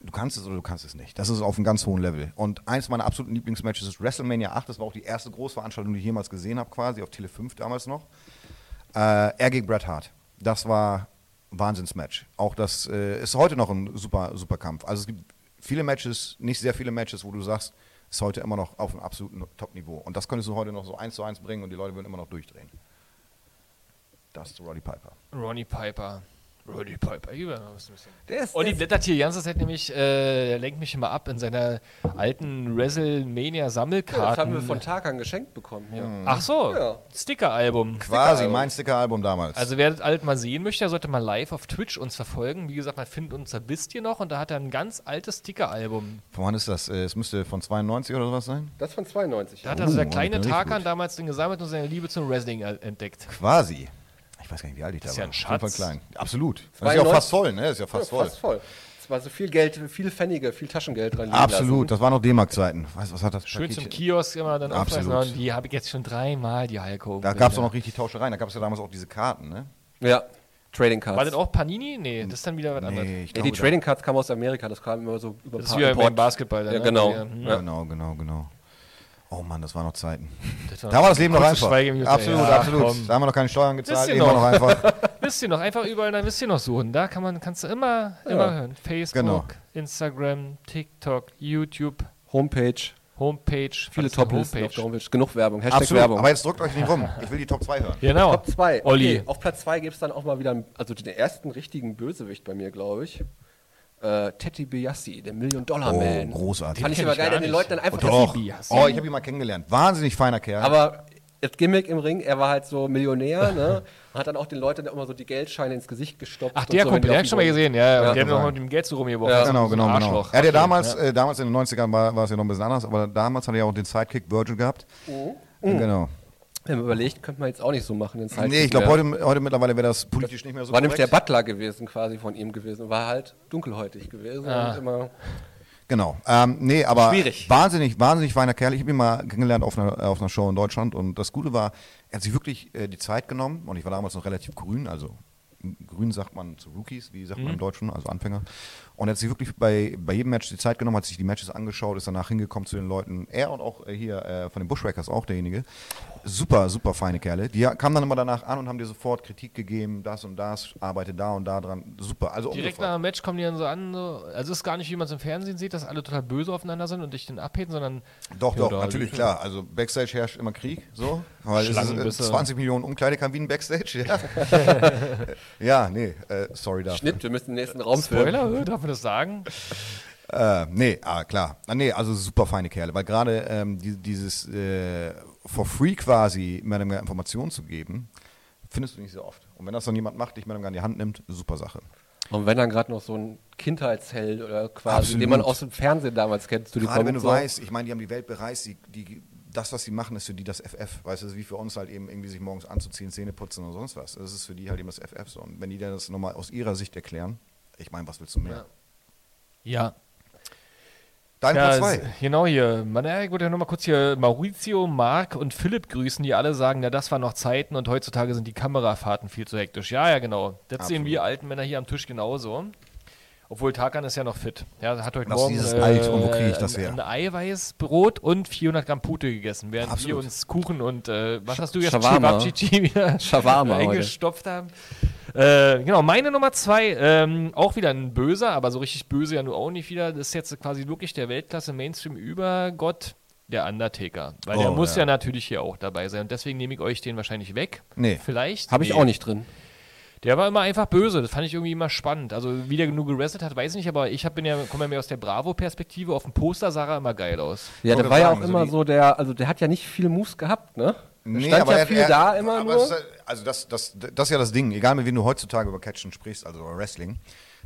B: Du kannst es oder du kannst es nicht. Das ist auf einem ganz hohen Level. Und eins meiner absoluten Lieblingsmatches ist WrestleMania 8. Das war auch die erste Großveranstaltung, die ich jemals gesehen habe, quasi auf Tele 5 damals noch. Äh, er gegen Bret Hart. Das war Wahnsinnsmatch. Auch das äh, ist heute noch ein super, super Kampf. Also es gibt viele Matches, nicht sehr viele Matches, wo du sagst, ist heute immer noch auf einem absoluten Top-Niveau. Und das könntest du heute noch so eins zu eins bringen und die Leute würden immer noch durchdrehen. Das zu Roddy Piper.
A: Ronnie Piper. Roddy Piper. Ich will noch ein bisschen.
B: Der ist-
A: Olli
B: der
A: blättert hier die ganze Zeit nämlich, äh, er lenkt mich immer ab in seiner alten WrestleMania-Sammelkarten.
E: Das haben wir von Tarkan geschenkt bekommen. hier.
B: Hm.
A: Ach so,
E: Ja.
A: Sticker-Album.
B: Quasi mein Sticker-Album damals.
A: Also wer das alt mal sehen möchte, der sollte mal live auf Twitch uns verfolgen. Wie gesagt, man findet uns da wisst ihr noch und da hat er ein ganz altes Sticker-Album.
B: Von wann ist das? Äh, Es müsste von 92 oder sowas sein?
E: Das von 92.
A: Da
E: Ja.
A: hat also der
B: Oh,
A: kleine
B: richtig
A: Tarkan
B: gut.
A: damals den gesammelt und seine Liebe zum Wrestling äh, entdeckt.
B: Quasi. Ich weiß gar nicht, wie alt ich
A: ist
B: da
A: ja
B: war.
A: ein
B: Auf jeden Fall
A: Schatz.
B: klein. Absolut. Das ist ja auch
E: 92.
B: fast voll, ne? Das ist ja
E: Ja,
B: fast voll.
E: Fast voll. Es war so viel Geld, viel Pfennige, viel Taschengeld dran. liegen
B: Absolut.
E: lassen.
B: Das waren noch D-Mark-Zeiten. Weißt du, was hat das
A: Schön
B: Paket-
A: zum Kiosk immer dann
B: Absolut.
A: aufreißen. und Die habe ich jetzt schon dreimal, die Heiko.
B: Da gab es auch noch richtig Tauschereien. Da gab es ja damals auch diese Karten, ne?
E: Ja. Trading Cards.
A: War das auch Panini? Nee, das ist dann wieder was anderes.
B: ich
E: ja, die
B: da-
E: Trading Cards kamen aus Amerika, das kam immer so über
A: Das ist
E: Paar-
A: wie beim
E: Import.
A: Basketball. dann,
E: Ja,
A: ne?
E: genau.
A: Ja, hm.
E: Ja.
B: Genau, genau, genau. Oh Mann, das waren noch Zeiten.
A: war-
B: da war das Leben noch
A: Kurze
B: einfach.
A: Schweigeminute,
B: Absolut,
A: ja,
B: absolut.
A: komm.
B: Da haben wir noch keine Steuern gezahlt.
A: ihr
B: Leben war noch
A: noch?
B: einfach.
A: [laughs] Wisst ihr noch, einfach überall dann wisst ihr noch suchen. Da kann man, kannst du immer, immer hören. Facebook,
B: Genau.
A: Instagram, TikTok, YouTube,
E: Homepage,
A: Homepage.
E: viele
A: Was ist denn
E: Top-Listen auf der
A: Homepage?
E: Homepage. Genug Werbung, Hashtag
B: absolut.
E: Werbung.
B: Aber jetzt drückt euch nicht rum. Ich will die Top 2 hören.
A: Genau.
E: Top 2.
A: Olli.
E: Auf Platz 2 gibt es dann auch mal wieder, also den ersten richtigen Bösewicht bei mir, glaube ich. Äh, Teddy Biassi, der Million-Dollar-Man.
B: Oh, großartig.
E: Fand ich
A: Den
E: immer
A: kenn ich
E: geil,
A: gar
E: den
A: nicht.
E: den Leuten dann einfach
A: Doch.
E: das-
B: Oh, ich habe ihn mal kennengelernt. Wahnsinnig feiner Kerl.
E: Aber das Gimmick im Ring, er war halt so Millionär, ne? Hat dann auch den Leuten immer so die Geldscheine ins Gesicht gestopft.
A: Ach,
E: und
A: der
E: so, wenn
A: kommt,
E: die
A: den
E: auf
A: hab ich
E: die
A: schon mal
E: Boden-
A: gesehen. Ja,
B: Ja,
A: der hat
B: kann
A: noch
B: sein.
A: mit dem Geld so rumgeworfen.
E: Ja.
A: So
B: genau,
A: ein
B: genau, genau.
A: Arschloch.
B: Er hat ja
A: Okay,
B: damals,
A: ja.
B: äh, damals in den 90ern war, war es ja noch ein bisschen anders, aber damals hat er ja auch den Sidekick Virgil gehabt.
A: Oh.
B: Genau.
E: Wenn man überlegt, könnte man jetzt auch nicht so machen. Den
B: nee, ich glaube, heute, heute mittlerweile wäre das politisch nicht mehr so
E: war nämlich der
B: korrekt.
E: Butler gewesen, quasi von ihm gewesen. War halt dunkelhäutig gewesen.
A: Ah.
E: Und immer
B: Genau. Ähm, nee, aber
E: Schwierig.
B: wahnsinnig, wahnsinnig feiner Kerl. Ich habe ihn mal kennengelernt auf einer, äh, auf einer Show in Deutschland und das Gute war, er hat sich wirklich äh, die Zeit genommen und ich war damals noch relativ grün, also grün sagt man zu Rookies, wie sagt man im Deutschen, also Anfänger. Und er hat sich wirklich bei, bei jedem Match die Zeit genommen, hat sich die Matches angeschaut, ist danach hingekommen zu den Leuten. Er und auch äh, hier äh, von den Bushwhackers auch derjenige. Super, super feine Kerle. Die kamen dann immer danach an und haben dir sofort Kritik gegeben, das und das, arbeite da und da dran. Super, also
A: Direkt
B: ungefragt.
A: nach dem Match kommen die dann so an. So. Also es ist gar nicht, wie man es im Fernsehen sieht, dass alle total böse aufeinander sind und dich den abheben, sondern
B: Doch,
A: Ja,
B: doch,
A: da-
B: natürlich, klar. Also Backstage herrscht immer Krieg, so. Weil es ist, äh,
A: Schlangenbisse.
B: 20 Millionen Umkleidekabinen Backstage, ja.
A: [laughs]
B: ja, nee, äh, sorry dafür.
E: Schnitt, wir müssen den nächsten Raum füllen.
A: Spoiler, äh, [laughs] darf man das sagen?
B: Äh, nee, ah, klar. Ah, nee, also super feine Kerle, weil gerade ähm, die, dieses äh, for free quasi Madame Gaga Informationen zu geben, findest du nicht sehr oft. Und wenn das dann jemand macht, dich Madame Gaga in die Hand nimmt, super Sache.
E: Und wenn dann gerade noch so ein Kindheitsheld oder quasi,
B: Absolut.
E: den man aus dem Fernsehen damals kennt, zu die
B: Gerade wenn du
E: so.
B: weißt, ich meine, die haben die Welt bereist, die, die, das, was sie machen, ist für die das FF. Weißt du, das ist wie für uns halt eben irgendwie sich morgens anzuziehen, Zähne putzen oder sonst was. Das ist für die halt eben das FF so. Und wenn die dann das nochmal aus ihrer Sicht erklären, ich meine, was willst du mehr?
A: Ja.
B: Dein
A: Ja,
B: Platz
A: s-
B: 2.
A: genau hier. Man, ja, ich wollte ja nochmal kurz hier Maurizio, Marc und Philipp grüßen, die alle sagen, na das waren noch Zeiten und heutzutage sind die Kamerafahrten viel zu hektisch. Ja, ja, genau. Das sehen
B: Absolut.
A: wir alten Männer hier am Tisch genauso. Obwohl Tarkan ist ja noch fit. Ja, hat heute
B: Das
A: Morgen
B: dieses Ei, von wo krieg ich
A: ein-
B: das her?
A: ein Eiweißbrot und 400 Gramm Pute gegessen, während wir
B: Absolut.
A: uns Kuchen und äh, was hast du jetzt?
E: Shawarma.
A: Chibabchichi wieder
E: Shawarma heute.
A: eingestopft haben. Äh, genau, meine Nummer zwei, ähm, auch wieder ein böser, aber so richtig böse ja nur auch nicht wieder. Das ist jetzt quasi wirklich der Weltklasse Mainstream über Gott, der Undertaker. Weil der
B: Oh,
A: muss
B: ja.
A: ja. natürlich hier auch dabei sein. Und deswegen nehme ich euch den wahrscheinlich weg.
B: Nee.
A: Vielleicht.
E: Habe ich
A: Nee.
E: auch nicht drin.
A: Der war immer einfach böse. Das fand ich irgendwie immer spannend. Also wie der genug gerestet hat, weiß ich nicht, aber ich hab, bin ja, komme ja mehr aus der Bravo-Perspektive. Auf dem Poster sah er immer geil aus.
E: Ja,
B: Wollte
E: der war ja
B: sagen,
E: auch
B: so
E: immer
B: die-
E: so der, also der hat ja nicht viele Moves gehabt, ne? Der
B: Nee,
E: stand ja
B: er-
E: viel
B: er-
E: da immer
B: aber
E: nur.
B: es ist, also das, das, das ist ja das Ding. Egal, mit wem du heutzutage über Catchen sprichst, also über Wrestling.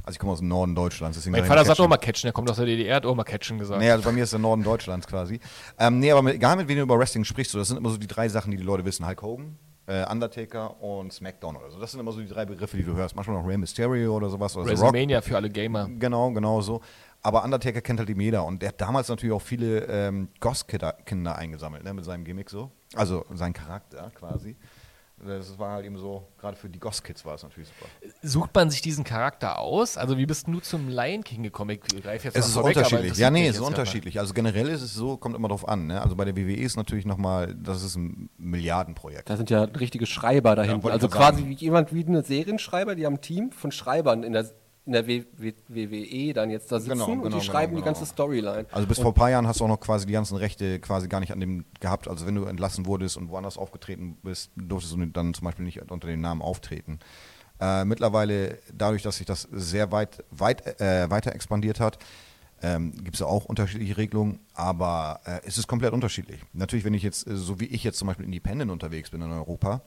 B: Also ich komme aus dem Norden Deutschlands. deswegen
A: Mein
B: sag ich
A: Vater sagt
B: Catchen.
A: auch mal Catchen, der kommt aus der DDR, hat auch mal Catchen gesagt.
B: Nee, also bei mir ist der Norden Deutschlands quasi. Ähm, nee, aber mit, egal mit wem du über Wrestling sprichst, so, das sind immer so die drei Sachen, die die Leute wissen. Hulk Hogan, äh, Undertaker und SmackDown oder so. Das sind immer so die drei Begriffe, die du hörst. Manchmal noch Rey Mysterio oder sowas. Oder The Rock.
A: WrestleMania für alle Gamer.
B: Genau, genau so. Aber Undertaker kennt halt eben jeder. Und der hat damals natürlich auch viele ähm, Ghost-Kinder Kinder eingesammelt, ne, mit seinem Gimmick so. Also sein Charakter quasi. Das war halt eben so, gerade für die Ghost-Kids war es natürlich super.
A: Sucht man sich diesen Charakter aus? Also wie bist du zum Lion King gekommen? Ich greif jetzt
B: Es
A: mal
B: ist
A: vorweg, aber
B: unterschiedlich.
A: interessiert
B: Ja, nee,
A: mich
B: es ist
A: jetzt
B: unterschiedlich. Also generell ist es so, kommt immer drauf an. Ne? Also bei der WWE ist natürlich nochmal, das ist ein Milliardenprojekt.
E: Da sind ja richtige Schreiber dahinten.
B: wollte ich
E: also
B: gerade
E: quasi
B: sagen.
E: wie jemand wie eine Serienschreiber, die haben ein Team von Schreibern in der, in der w w WWE dann jetzt da sitzen
B: Genau,
E: und die
B: genau,
E: schreiben
B: genau,
E: die ganze
B: genau.
E: Storyline.
B: Also bis vor ein paar Jahren hast du auch noch quasi die ganzen Rechte quasi gar nicht an dem gehabt. Also wenn du entlassen wurdest und woanders aufgetreten bist, durftest du dann zum Beispiel nicht unter dem Namen auftreten. Äh, mittlerweile, dadurch, dass sich das sehr weit, weit äh, weiter expandiert hat, ähm, gibt es ja auch unterschiedliche Regelungen, aber äh, es ist komplett unterschiedlich. Natürlich, wenn ich jetzt, äh, so wie ich jetzt zum Beispiel independent unterwegs bin in Europa,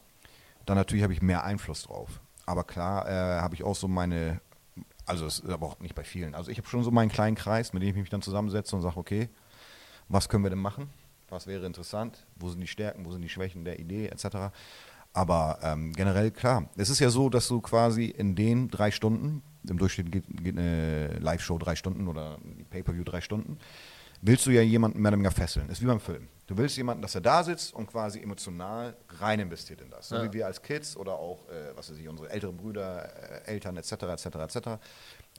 B: dann natürlich habe ich mehr Einfluss drauf. Aber klar äh, habe ich auch so meine, also es ist aber auch nicht bei vielen, also ich habe schon so meinen kleinen Kreis, mit dem ich mich dann zusammensetze und sage, okay, was können wir denn machen? Was wäre interessant? Wo sind die Stärken? Wo sind die Schwächen der Idee etc.? Aber ähm, generell klar. Es ist ja so, dass du quasi in den drei Stunden, im Durchschnitt geht, geht eine Live-Show drei Stunden oder ein Pay-Per-View drei Stunden, willst du ja jemanden mehr oder weniger fesseln. Ist wie beim Film. Du willst jemanden, dass er da sitzt und quasi emotional rein investiert in das. So wie wir als Kids oder auch, äh, was weiß ich, unsere älteren Brüder, äh, Eltern etc. etc. etc.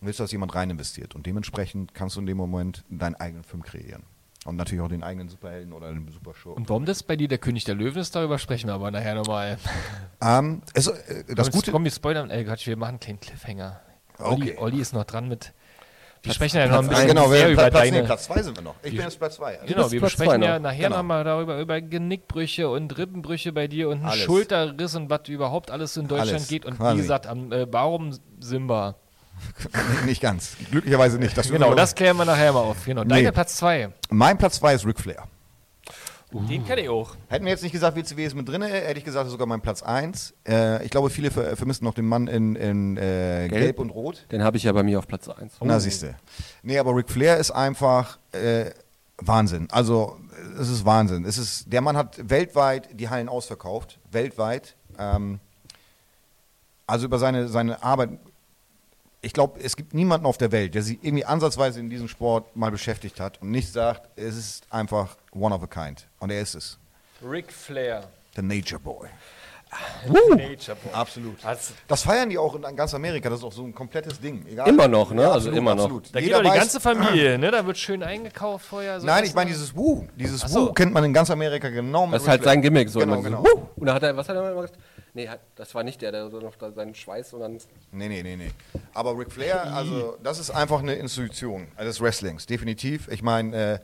B: Willst du, dass jemand rein investiert. Und dementsprechend kannst du in dem Moment deinen eigenen Film kreieren. Und natürlich auch den eigenen Superhelden oder den Superschurken.
A: Und warum das bei dir der König der Löwen ist, darüber sprechen wir aber nachher nochmal.
B: Ähm, es, äh, das
A: Komm,
B: Gute,
A: Komm, wir spoilern. Ey Gott, wir machen einen kleinen Cliffhanger. Olli,
B: Okay.
A: Olli ist noch dran mit. Wir sprechen ja noch ein
B: Ah,
A: bisschen
B: genau,
A: mehr
B: wir,
A: über
B: Platz,
A: deine.
B: nee, Platz 2 sind wir noch. Ich bin jetzt Platz Also 2.
A: Genau,
E: bist
A: wir
E: Platz
A: besprechen
E: zwei
A: ja
E: noch.
A: nachher
B: Genau.
A: nochmal darüber, über Genickbrüche und Rippenbrüche bei dir und einen
B: Alles.
A: Schulterriss und was überhaupt alles in Deutschland
B: Alles,
A: geht. Und
B: quasi.
A: wie gesagt, am, äh, warum Simba?
B: [laughs] Nicht ganz. Glücklicherweise nicht.
A: [laughs]
B: Das
A: Genau, das klären wir nachher mal auf. Genau, deine
B: Nee.
A: Platz 2.
B: mein Platz 2 ist Ric Flair.
A: Den kenne ich auch.
B: Hätten wir jetzt nicht gesagt, WCW ist mit drin, hätte ich gesagt, das ist sogar mein Platz 1. Äh, ich glaube, viele ver vermissen noch den Mann in, in äh, Gelb. und Rot.
E: Den habe ich ja bei mir auf Platz 1.
B: Na, siehste. Nee, aber Ric Flair ist einfach äh, Wahnsinn. Also, es ist Wahnsinn. Es ist, der Mann hat weltweit die Hallen ausverkauft. Weltweit. Ähm, also über seine, seine Arbeit. Ich glaube, es gibt niemanden auf der Welt, der sich irgendwie ansatzweise in diesem Sport mal beschäftigt hat und nicht sagt, es ist einfach one of a kind. Und er ist es.
A: Ric Flair.
B: The Nature Boy.
A: Nature Boy.
B: Absolut.
A: Hat's-
B: Das feiern die auch in ganz Amerika. Das ist auch so ein komplettes Ding. Egal.
E: Immer noch, ne? Also immer noch.
A: Da
B: Jeder
A: geht doch die
B: weiß-
A: ganze Familie, ne? Da wird schön eingekauft vorher. so
B: Nein,
A: was,
B: ich meine
A: ne?
B: dieses Wu. Dieses
A: Ach
B: Wu
A: so.
B: kennt man in ganz Amerika genau. mit
E: Das ist halt
B: Ric Flair.
E: sein Gimmick. So
B: genau,
E: immer so,
B: genau.
E: "Wuh!" Und dann hat er, was hat er immer gesagt? Nee, hat, das war nicht der, der so noch da seinen Schweiß und dann.
B: Nee, nee, nee, nee. Aber Ric Flair, also das ist einfach eine Institution des Wrestlings, definitiv. Ich meine, äh,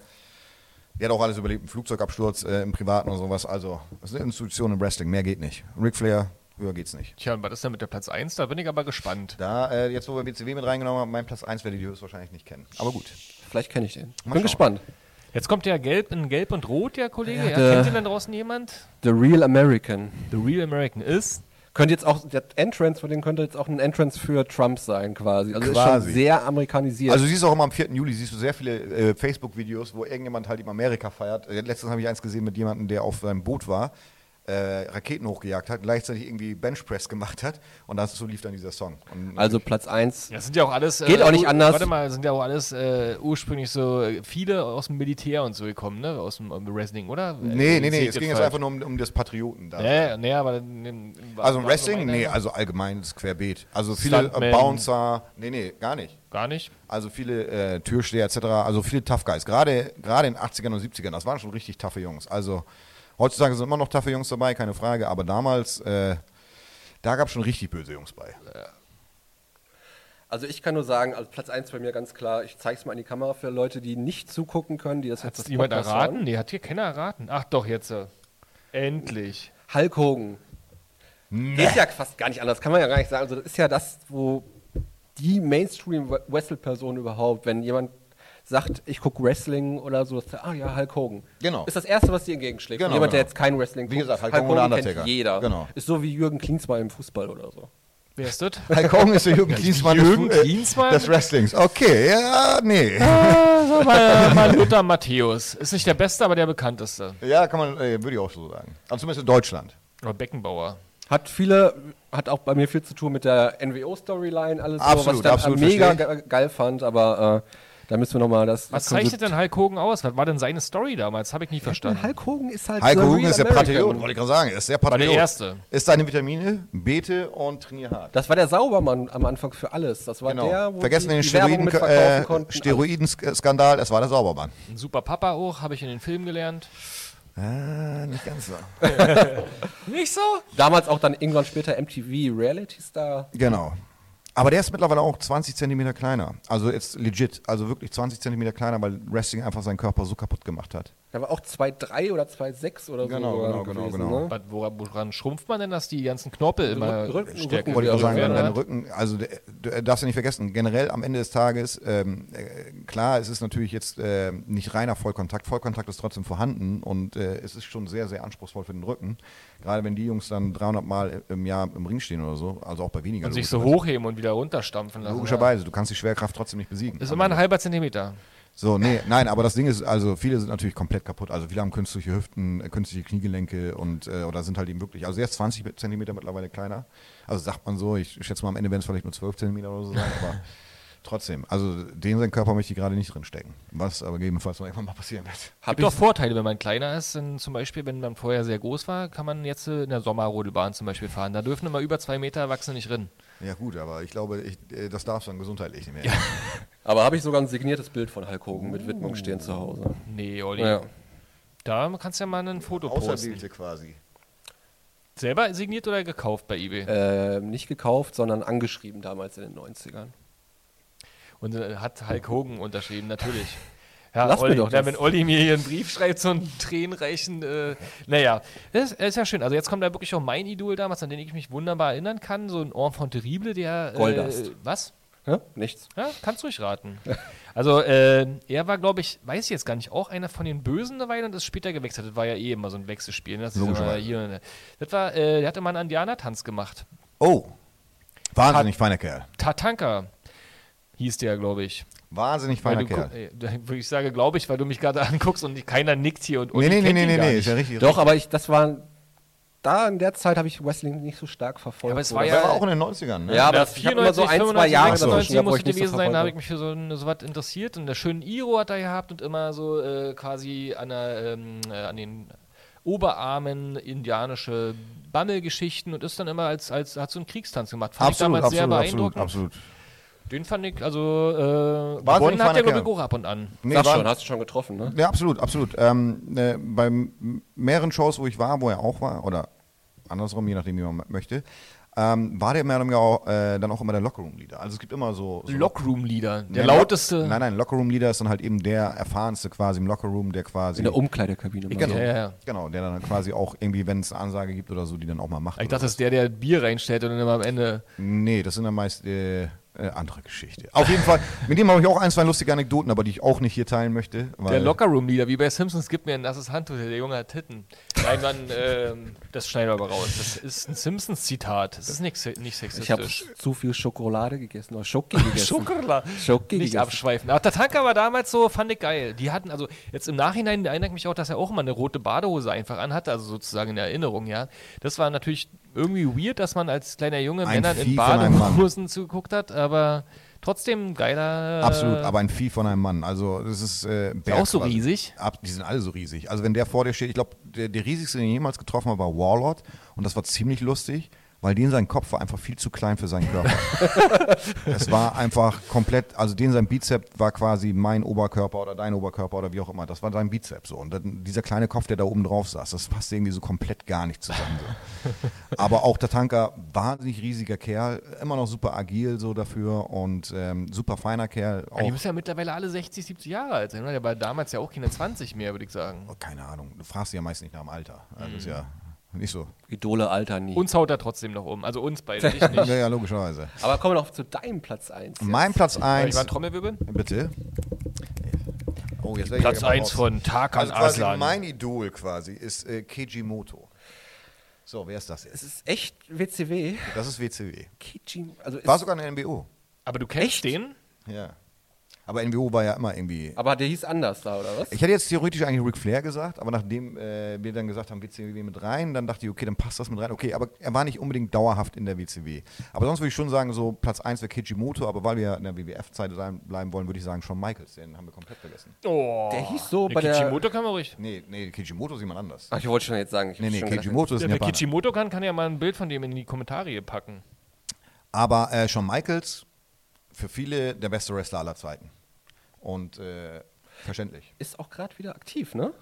B: der hat auch alles überlebt, einen Flugzeugabsturz äh, im Privaten und sowas. Also, das ist eine Institution im Wrestling, mehr geht nicht. Ric Flair, höher geht's nicht.
A: Tja, und was ist denn mit der Platz 1? Da bin ich aber gespannt.
B: Da, äh, jetzt wo wir WCW mit reingenommen haben, mein Platz 1 werdet ihr höchstwahrscheinlich nicht kennen. Aber gut.
E: Vielleicht kenne ich den. Bin
B: schauen.
E: gespannt.
A: Jetzt kommt ja Gelb in Gelb und Rot, der Kollege. Ja,
E: der-
A: kennt den da draußen jemand?
E: The Real American.
A: The Real American ist.
E: Könnte jetzt auch, der Entrance von denen könnte jetzt auch ein Entrance für Trump sein, quasi. Also ist
B: Quasi.
E: schon sehr amerikanisiert.
B: Also siehst du auch immer am 4. Juli, siehst du sehr viele äh, Facebook-Videos, wo irgendjemand halt in Amerika feiert. Äh, Letztens habe ich eins gesehen mit jemandem, der auf seinem Boot war, äh, Raketen hochgejagt hat, gleichzeitig irgendwie Benchpress gemacht hat und dazu lief dann dieser Song. Und
E: also Platz 1.
A: Das sind ja auch alles.
E: Geht auch nicht
A: ur-
E: anders.
A: Warte mal, sind ja auch alles äh, ursprünglich so äh, viele aus dem Militär und so gekommen, ne? Aus dem ähm, Wrestling, oder?
B: nee,
A: Äh, seht
B: nee, nee, es
A: ihr
B: ging jetzt
A: falsch.
B: einfach nur um, um das Patrioten da.
A: Nee, nee, aber. Nee,
B: Also im Wrestling? Nee, also allgemein ist querbeet. Also viele
A: Stuntman.
B: äh, Bouncer, nee, nee, gar nicht.
A: Gar nicht.
B: Also viele äh, Türsteher etc., also viele Tough Guys. Gerade, gerade in den 80ern und 70ern, das waren schon richtig taffe Jungs. Also heutzutage sind immer noch taffe Jungs dabei, keine Frage, aber damals, äh, da gab es schon richtig böse Jungs
E: [laughs]
B: bei.
E: Also ich kann nur sagen, also Platz 1 bei mir ganz klar, ich zeige es mal in die Kamera für Leute, die nicht zugucken können, die das
A: Hat
E: jetzt
A: es
E: als
A: jemand
E: Podcast
A: erraten?
E: hören.
A: Nee, hat hier keiner erraten. Ach doch, jetzt. Äh, endlich.
E: Hulk Hogan. Geht ja fast gar nicht anders, kann man ja gar nicht sagen. Also das ist ja das, wo die Mainstream-Wrestle-Person überhaupt, wenn jemand sagt, ich gucke Wrestling oder so, sagt, er, ah ja, Hulk Hogan.
B: Genau.
E: Ist das Erste, was dir entgegenschlägt.
B: Genau,
E: Und jemand, der
B: genau.
E: jetzt kein Wrestling
B: Wie gesagt, Hulk Hogan oder
E: kennt
B: Undertaker.
E: jeder.
B: Genau.
E: Ist so wie Jürgen Klinsmann im Fußball oder so.
A: Wer [laughs] ist das?
B: Hulk Hogan ist der Jürgen Klinsmann,
A: Jürgen
B: des, äh,
A: Klinsmann?
B: des Wrestlings. Okay, ja,
E: [laughs]
B: nee.
A: Also mal, [laughs] mal Luther Matthäus. Ist nicht der Beste, aber der bekannteste.
B: Ja, kann man, äh, würde ich auch so sagen. Also zumindest in Deutschland.
A: Oder Oh, Beckenbauer.
E: Hat viele, hat auch bei mir viel zu tun mit der NWO-Storyline, alles so, was ich
B: Absolut,
E: dann
B: absolut,
E: mega
B: verstehe
E: ge geil fand, aber äh, da müssen wir nochmal das.
A: Was
E: das Konzept-
A: zeichnet denn Hulk Hogan aus? Was war denn seine Story damals? Habe ich nie verstanden.
E: Hulk Hogan ist halt.
B: Hulk
E: the
B: Hogan
E: real
B: ist der
E: American.
B: Patriot, wollte ich gerade sagen. Er ist der Patriot.
A: der Erste.
B: Ist deine Vitamine, bete und trainier hart.
E: Das war der Saubermann am Anfang für alles. Das war
B: Genau.
E: der, wo
B: Vergessen
E: die,
B: den
E: die Werbung
B: Steroiden,
E: mit verkaufen
B: äh,
E: konnten.
B: Steroidenskandal, es war der Saubermann.
A: Ein super Papa auch, habe ich in den Filmen gelernt.
B: Ah, nicht ganz so.
A: Nicht so?
E: Also Damals auch dann irgendwann später MTV Reality Star.
B: Genau. Aber der ist mittlerweile auch 20 Zentimeter kleiner. Also jetzt legit, also wirklich 20 Zentimeter kleiner, weil Wrestling einfach seinen Körper so kaputt gemacht hat.
E: Da war auch 2,3 oder 2,6
B: Genau,
E: oder so.
B: genau,
E: gewesen,
B: genau, genau.
E: Ne?
A: Was- Woran, woran schrumpft man denn, dass die ganzen Knorpel immer
E: Rücken- Rücken-
A: stärker
E: Rücken-
B: Wollte ich auch
E: Ja,
B: sagen,
E: ja,
B: dein,
E: ja.
B: dein Rücken, also der- du äh, darfst ja nicht vergessen, generell am Ende des Tages, ähm, äh, klar, es ist natürlich jetzt äh, nicht reiner Vollkontakt, Vollkontakt ist trotzdem vorhanden und äh, es ist schon sehr, sehr anspruchsvoll für den Rücken. Gerade wenn die Jungs dann 300 Mal im Jahr im Ring stehen oder so, also auch bei weniger.
A: und sich so
B: logischerweise.
A: hochheben und wieder runterstampfen lassen.
B: Logischerweise, du kannst die Schwerkraft trotzdem nicht besiegen. Also
A: Ist immer ein halber Zentimeter.
B: So, nee, nein, aber das Ding ist, also viele sind natürlich komplett kaputt. Also viele haben künstliche Hüften, äh, künstliche Kniegelenke und äh, oder sind halt eben wirklich, also erst 20 Zentimeter mittlerweile kleiner. Also sagt man so, ich schätze mal am Ende werden es vielleicht nur 12 Zentimeter oder so sein, [laughs] aber trotzdem. Also den seinen Körper möchte ich gerade nicht drin stecken. Was aber gegebenenfalls noch irgendwann mal passieren wird.
E: Hab
A: Gibt
E: ich,
A: doch Vorteile, wenn man kleiner ist. Denn zum Beispiel, wenn man vorher sehr groß war, kann man jetzt äh, in der Sommerrodelbahn zum Beispiel fahren. Da dürfen immer über zwei Meter Erwachsene nicht rennen.
B: Ja gut, aber ich glaube, ich, äh, das darf dann gesundheitlich nicht mehr.
E: aber habe ich sogar ein signiertes Bild von Hulk Hogan mit
B: Oh.
E: Widmung stehen zu Hause.
A: Nee, Olli.
E: Ja.
A: Da kannst du ja mal ein Foto posten.
B: Auserwählte quasi.
A: Selber signiert oder gekauft bei eBay?
E: Ähm, nicht gekauft, sondern angeschrieben damals in den 90ern.
A: Und äh, hat Hulk Hogan unterschrieben, natürlich.
E: [laughs]
A: Ja,
E: Lass mir
A: Olli,
E: doch
A: na,
E: das.
A: wenn Olli mir hier einen Brief schreibt, so einen tränenreichen, äh, naja, das ist, ist ja schön. Also jetzt kommt da wirklich auch mein Idol damals, an den ich mich wunderbar erinnern kann, so ein Enfant terrible, der... Äh,
E: Goldast.
A: Was?
E: Ja? Nichts.
A: Ja, kannst ruhig
B: [laughs]
A: raten. Also äh, er war, glaube ich, weiß ich jetzt gar nicht, auch einer von den Bösen eine Weile und ist später gewechselt. Das war ja eh immer so ein Wechselspiel. ne? Das, ist immer
B: Logischerweise.
A: hier, und da. das war, äh, der hatte mal einen Indianertanz gemacht.
B: Oh, wahnsinnig feiner Kerl.
A: Tatanka hieß der, glaube ich.
B: Wahnsinnig feiner
A: Weil du,
B: Kerl.
A: guck- äh, da- ich sage, glaube ich, weil du mich gerade [laughs] anguckst und keiner nickt hier und und
B: Nee,
A: die
B: nee, nee,
A: kennt
B: nee,
A: ihn
B: nee,
A: gar
B: nee,
A: nicht.
B: ist ja richtig.
E: Doch, aber ich, das war, da in der Zeit habe ich Wrestling nicht so stark verfolgt.
A: Aber es
E: oder?
A: war
B: aber er war auch in den 90ern, ne?
E: Ja, aber
A: Ja,
E: das- ich hab immer so ein, zwei Jahre
B: so.
E: dazwischen gehabt, wo
A: muss
E: ich nicht so
A: gewesen sein, da habe ich
E: verfolgt
A: mich für so, ein- so was interessiert. Und der schöne Iro hat er gehabt und immer so äh, quasi an, der, ähm, äh, an den Oberarmen indianische Bammelgeschichten und ist dann immer als, als hat so einen Kriegstanz gemacht. Fand ich damals sehr beeindruckend.
B: absolut.
A: Den fand ich, also äh,
B: Wahnsinnig
A: gewonnen hat
B: feiner
A: der glaube ich
B: Kerl.
A: auch ab und an.
B: Nee,
E: Sag
B: war-
E: schon, hast du schon getroffen, ne?
B: Ja, absolut, absolut. Ähm, äh, bei m- mehreren Shows, wo ich war, wo er auch war, oder andersrum, je nachdem, wie man m- möchte, ähm, war der mehr oder weniger auch, äh, dann auch immer der Lockerroom-Leader. Also es gibt immer so... so
A: Lockroom-Leader, der
B: Nein,
A: lauteste.
B: Nein, nein, Lockerroom-Leader ist dann halt eben der erfahrenste quasi im Lockerroom, der quasi...
E: In der Umkleidekabine.
A: Genau. Ja, ja, ja.
B: Genau, der dann quasi auch irgendwie, wenn es eine Ansage gibt oder so, die dann auch mal macht.
A: Ich
B: oder
A: dachte, das ist der, der Bier reinstellt und dann immer am Ende.
B: Nee, das sind dann meist äh, äh, andere Geschichte. Auf jeden Fall, mit dem habe ich auch ein, zwei lustige Anekdoten, aber die ich auch nicht hier teilen möchte. Weil
A: Der Lockerroom-Leader, wie bei Simpsons, gibt mir ein nasses Handtuch, der Junge hat Titten. Nein,
B: [laughs]
A: Mann, ähm, das schneiden wir aber raus. Das ist ein Simpsons-Zitat. Das ist nicht, se- nicht
E: Ich habe
A: sexistisch.
E: zu viel Schokolade gegessen oder Schoki
A: [laughs]
E: gegessen.
A: Schokolade.
E: Schoki
A: Nicht
E: gegessen.
A: abschweifen. Aber Tatanka war damals so, fand ich geil. Die hatten, also jetzt im Nachhinein erinnert mich auch, dass er auch mal eine rote Badehose einfach anhatte, also sozusagen in Erinnerung, ja. Das war natürlich irgendwie weird, dass man als kleiner Junge
B: Ein
A: Männern in
B: Vieh von einem Mann.
A: Badehosen zugeguckt hat, aber trotzdem geiler.
B: Absolut, aber ein Vieh von einem Mann. Also das ist äh, Berg
A: Äh. auch so riesig?
B: Ab, die sind alle so riesig. Also wenn der vor dir steht, ich glaube, der, der riesigste, den ich jemals getroffen habe, war Warlord und das war ziemlich lustig, weil den sein Kopf war einfach viel zu klein für
A: [laughs]
B: seinen Körper. es war einfach komplett, also den sein Bizep war quasi mein Oberkörper oder dein Oberkörper oder wie auch immer. Das war sein Bizep so und dann, dieser kleine Kopf, der da oben drauf saß, das passte irgendwie so komplett gar nicht zusammen. So.
A: [laughs]
B: Aber auch Tatanka, wahnsinnig riesiger Kerl, immer noch super agil so dafür und ähm, super feiner Kerl. Auch,
A: Ja, Die müssen ja mittlerweile alle 60, 70 Jahre alt sein. oder? Der war damals ja auch keine 20 mehr, würde ich sagen.
B: Oh, keine Ahnung, du fragst sie ja meist nicht nach dem Alter. Also ist ja
A: Mhm.
B: nicht so.
E: Idole alter nie.
A: Uns haut er trotzdem noch um. Also uns
B: [laughs]
A: beide, ich
B: Ja,
A: nicht.
B: ja, logischerweise.
E: Aber kommen wir noch zu deinem Platz 1.
B: Mein Platz
A: Ich war
B: 1.
A: ein Trommelwirbel.
B: Bitte. Oh, jetzt werd ich
A: Platz
B: aber
A: 1
B: raus.
A: von Tarkan
B: also quasi
A: Aslan.
B: Mein Idol quasi ist äh, Keiji Moto. So, wer ist das
E: Es
B: jetzt?
E: ist echt WCW.
B: Das ist WCW.
E: Kichi, also
B: War
E: ist,
B: sogar eine NWO.
A: Aber du kennst den?
B: Ja. Aber NWO war ja immer irgendwie.
E: aber der hieß anders da, oder was?
B: Ich hätte jetzt theoretisch eigentlich Ric Flair gesagt, aber nachdem äh, wir dann gesagt haben, WCW mit rein, dann dachte ich, okay, dann passt das mit rein. Okay, aber er war nicht unbedingt dauerhaft in der WCW. Aber sonst würde ich schon sagen, so Platz 1 wäre Kijimoto, aber weil wir in der WWF-Zeit sein- bleiben wollen, würde ich sagen, Shawn Michaels, den haben wir komplett vergessen.
A: Oh.
E: Der hieß so
A: Der
E: bei der.
A: Kichimoto kann man ruhig.
B: Nee, nee, Kijimoto ist jemand anders.
E: Ach, ich wollte schon jetzt sagen. Ich
B: Nee,
E: hab
B: nee,
E: schon gedacht,
B: Kijimoto ist ein
A: Wer
B: Japaner.
A: Kichimoto kann, kann ja mal ein Bild von dem in die Kommentare hier packen.
B: Aber äh, Shawn Michaels, für viele der beste Wrestler aller Zeiten. Und äh, verständlich.
E: Ist auch gerade wieder aktiv, ne?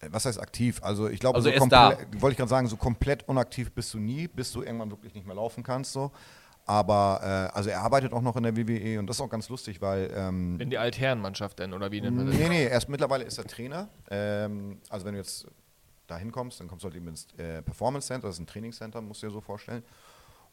B: Äh, Was heißt aktiv? Also ich glaube,
E: Also
B: so
E: er ist
B: komple- wollte ich gerade sagen, so komplett unaktiv bist du nie, bis du irgendwann wirklich nicht mehr laufen kannst. So. Aber äh, also er arbeitet auch noch in der WWE und das ist auch ganz lustig, weil ähm,
A: In die Altherrenmannschaft denn, oder wie nennt man das?
B: Nee, nee, erst mittlerweile ist er Trainer. Ähm, also wenn du jetzt da hinkommst, dann kommst du halt eben ins äh, Performance Center, das ist ein Trainingscenter, musst du dir so vorstellen.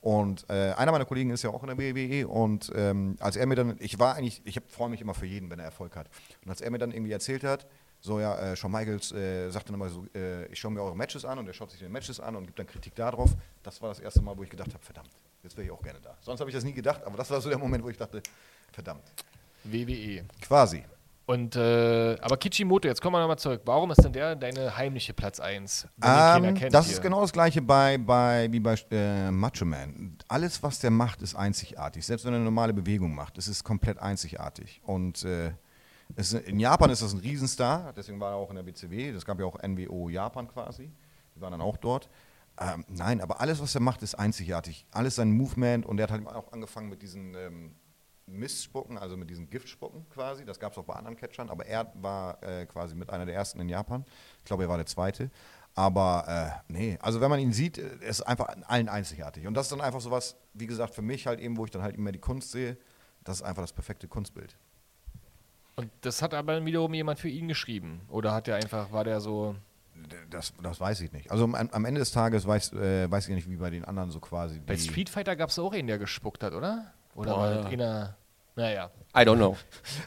B: Und äh, einer meiner Kollegen ist ja auch in der WWE und ähm, als er mir dann, ich war eigentlich, ich freue mich immer für jeden, wenn er Erfolg hat. Und als er mir dann irgendwie erzählt hat, so ja, äh, Shawn Michaels äh, sagt dann immer so, äh, ich schaue mir eure Matches an und er schaut sich die Matches an und gibt dann Kritik darauf. Das war das erste Mal, wo ich gedacht habe, verdammt, jetzt wäre ich auch gerne da. Sonst habe ich das nie gedacht, aber das war so der Moment, wo ich dachte, verdammt.
A: WWE.
B: Quasi.
A: E. Und, äh, aber Kichimoto, jetzt kommen wir nochmal zurück. Warum ist denn der deine heimliche Platz 1?
B: Ähm, das ist genau das gleiche bei, bei, wie bei äh, Macho Man. Alles, was der macht, ist einzigartig. Selbst wenn er eine normale Bewegung macht, es ist komplett einzigartig. Und äh, es, ist- in Japan ist das ein Riesenstar, deswegen war er auch in der WCW. Es gab ja auch NWO Japan quasi. Die waren dann auch dort. Ähm, nein, aber alles, was er macht, ist einzigartig. Alles sein Movement und er hat halt auch angefangen mit diesen ähm, Mistspucken, also mit diesen Giftspucken quasi. Das gab es auch bei anderen Catchern, aber er war äh, quasi mit einer der ersten in Japan. Ich glaube, er war der zweite. Aber äh, nee, also wenn man ihn sieht, äh, er ist einfach an allen einzigartig. Und das ist dann einfach sowas, wie gesagt, für mich halt eben, wo ich dann halt immer die Kunst sehe, das ist einfach das perfekte Kunstbild.
A: Und das hat aber wiederum jemand für ihn geschrieben. Oder hat der einfach, war der so.
B: D- Das, das weiß ich nicht. Also am, am Ende des Tages weiß, äh, weiß ich nicht, wie bei den anderen so quasi.
A: Bei
B: die- [laughs]
A: Street Fighter gab es auch einen, der gespuckt hat, oder? Oder
E: Boah,
A: war
E: ja.
A: das einer. Naja.
E: I don't know.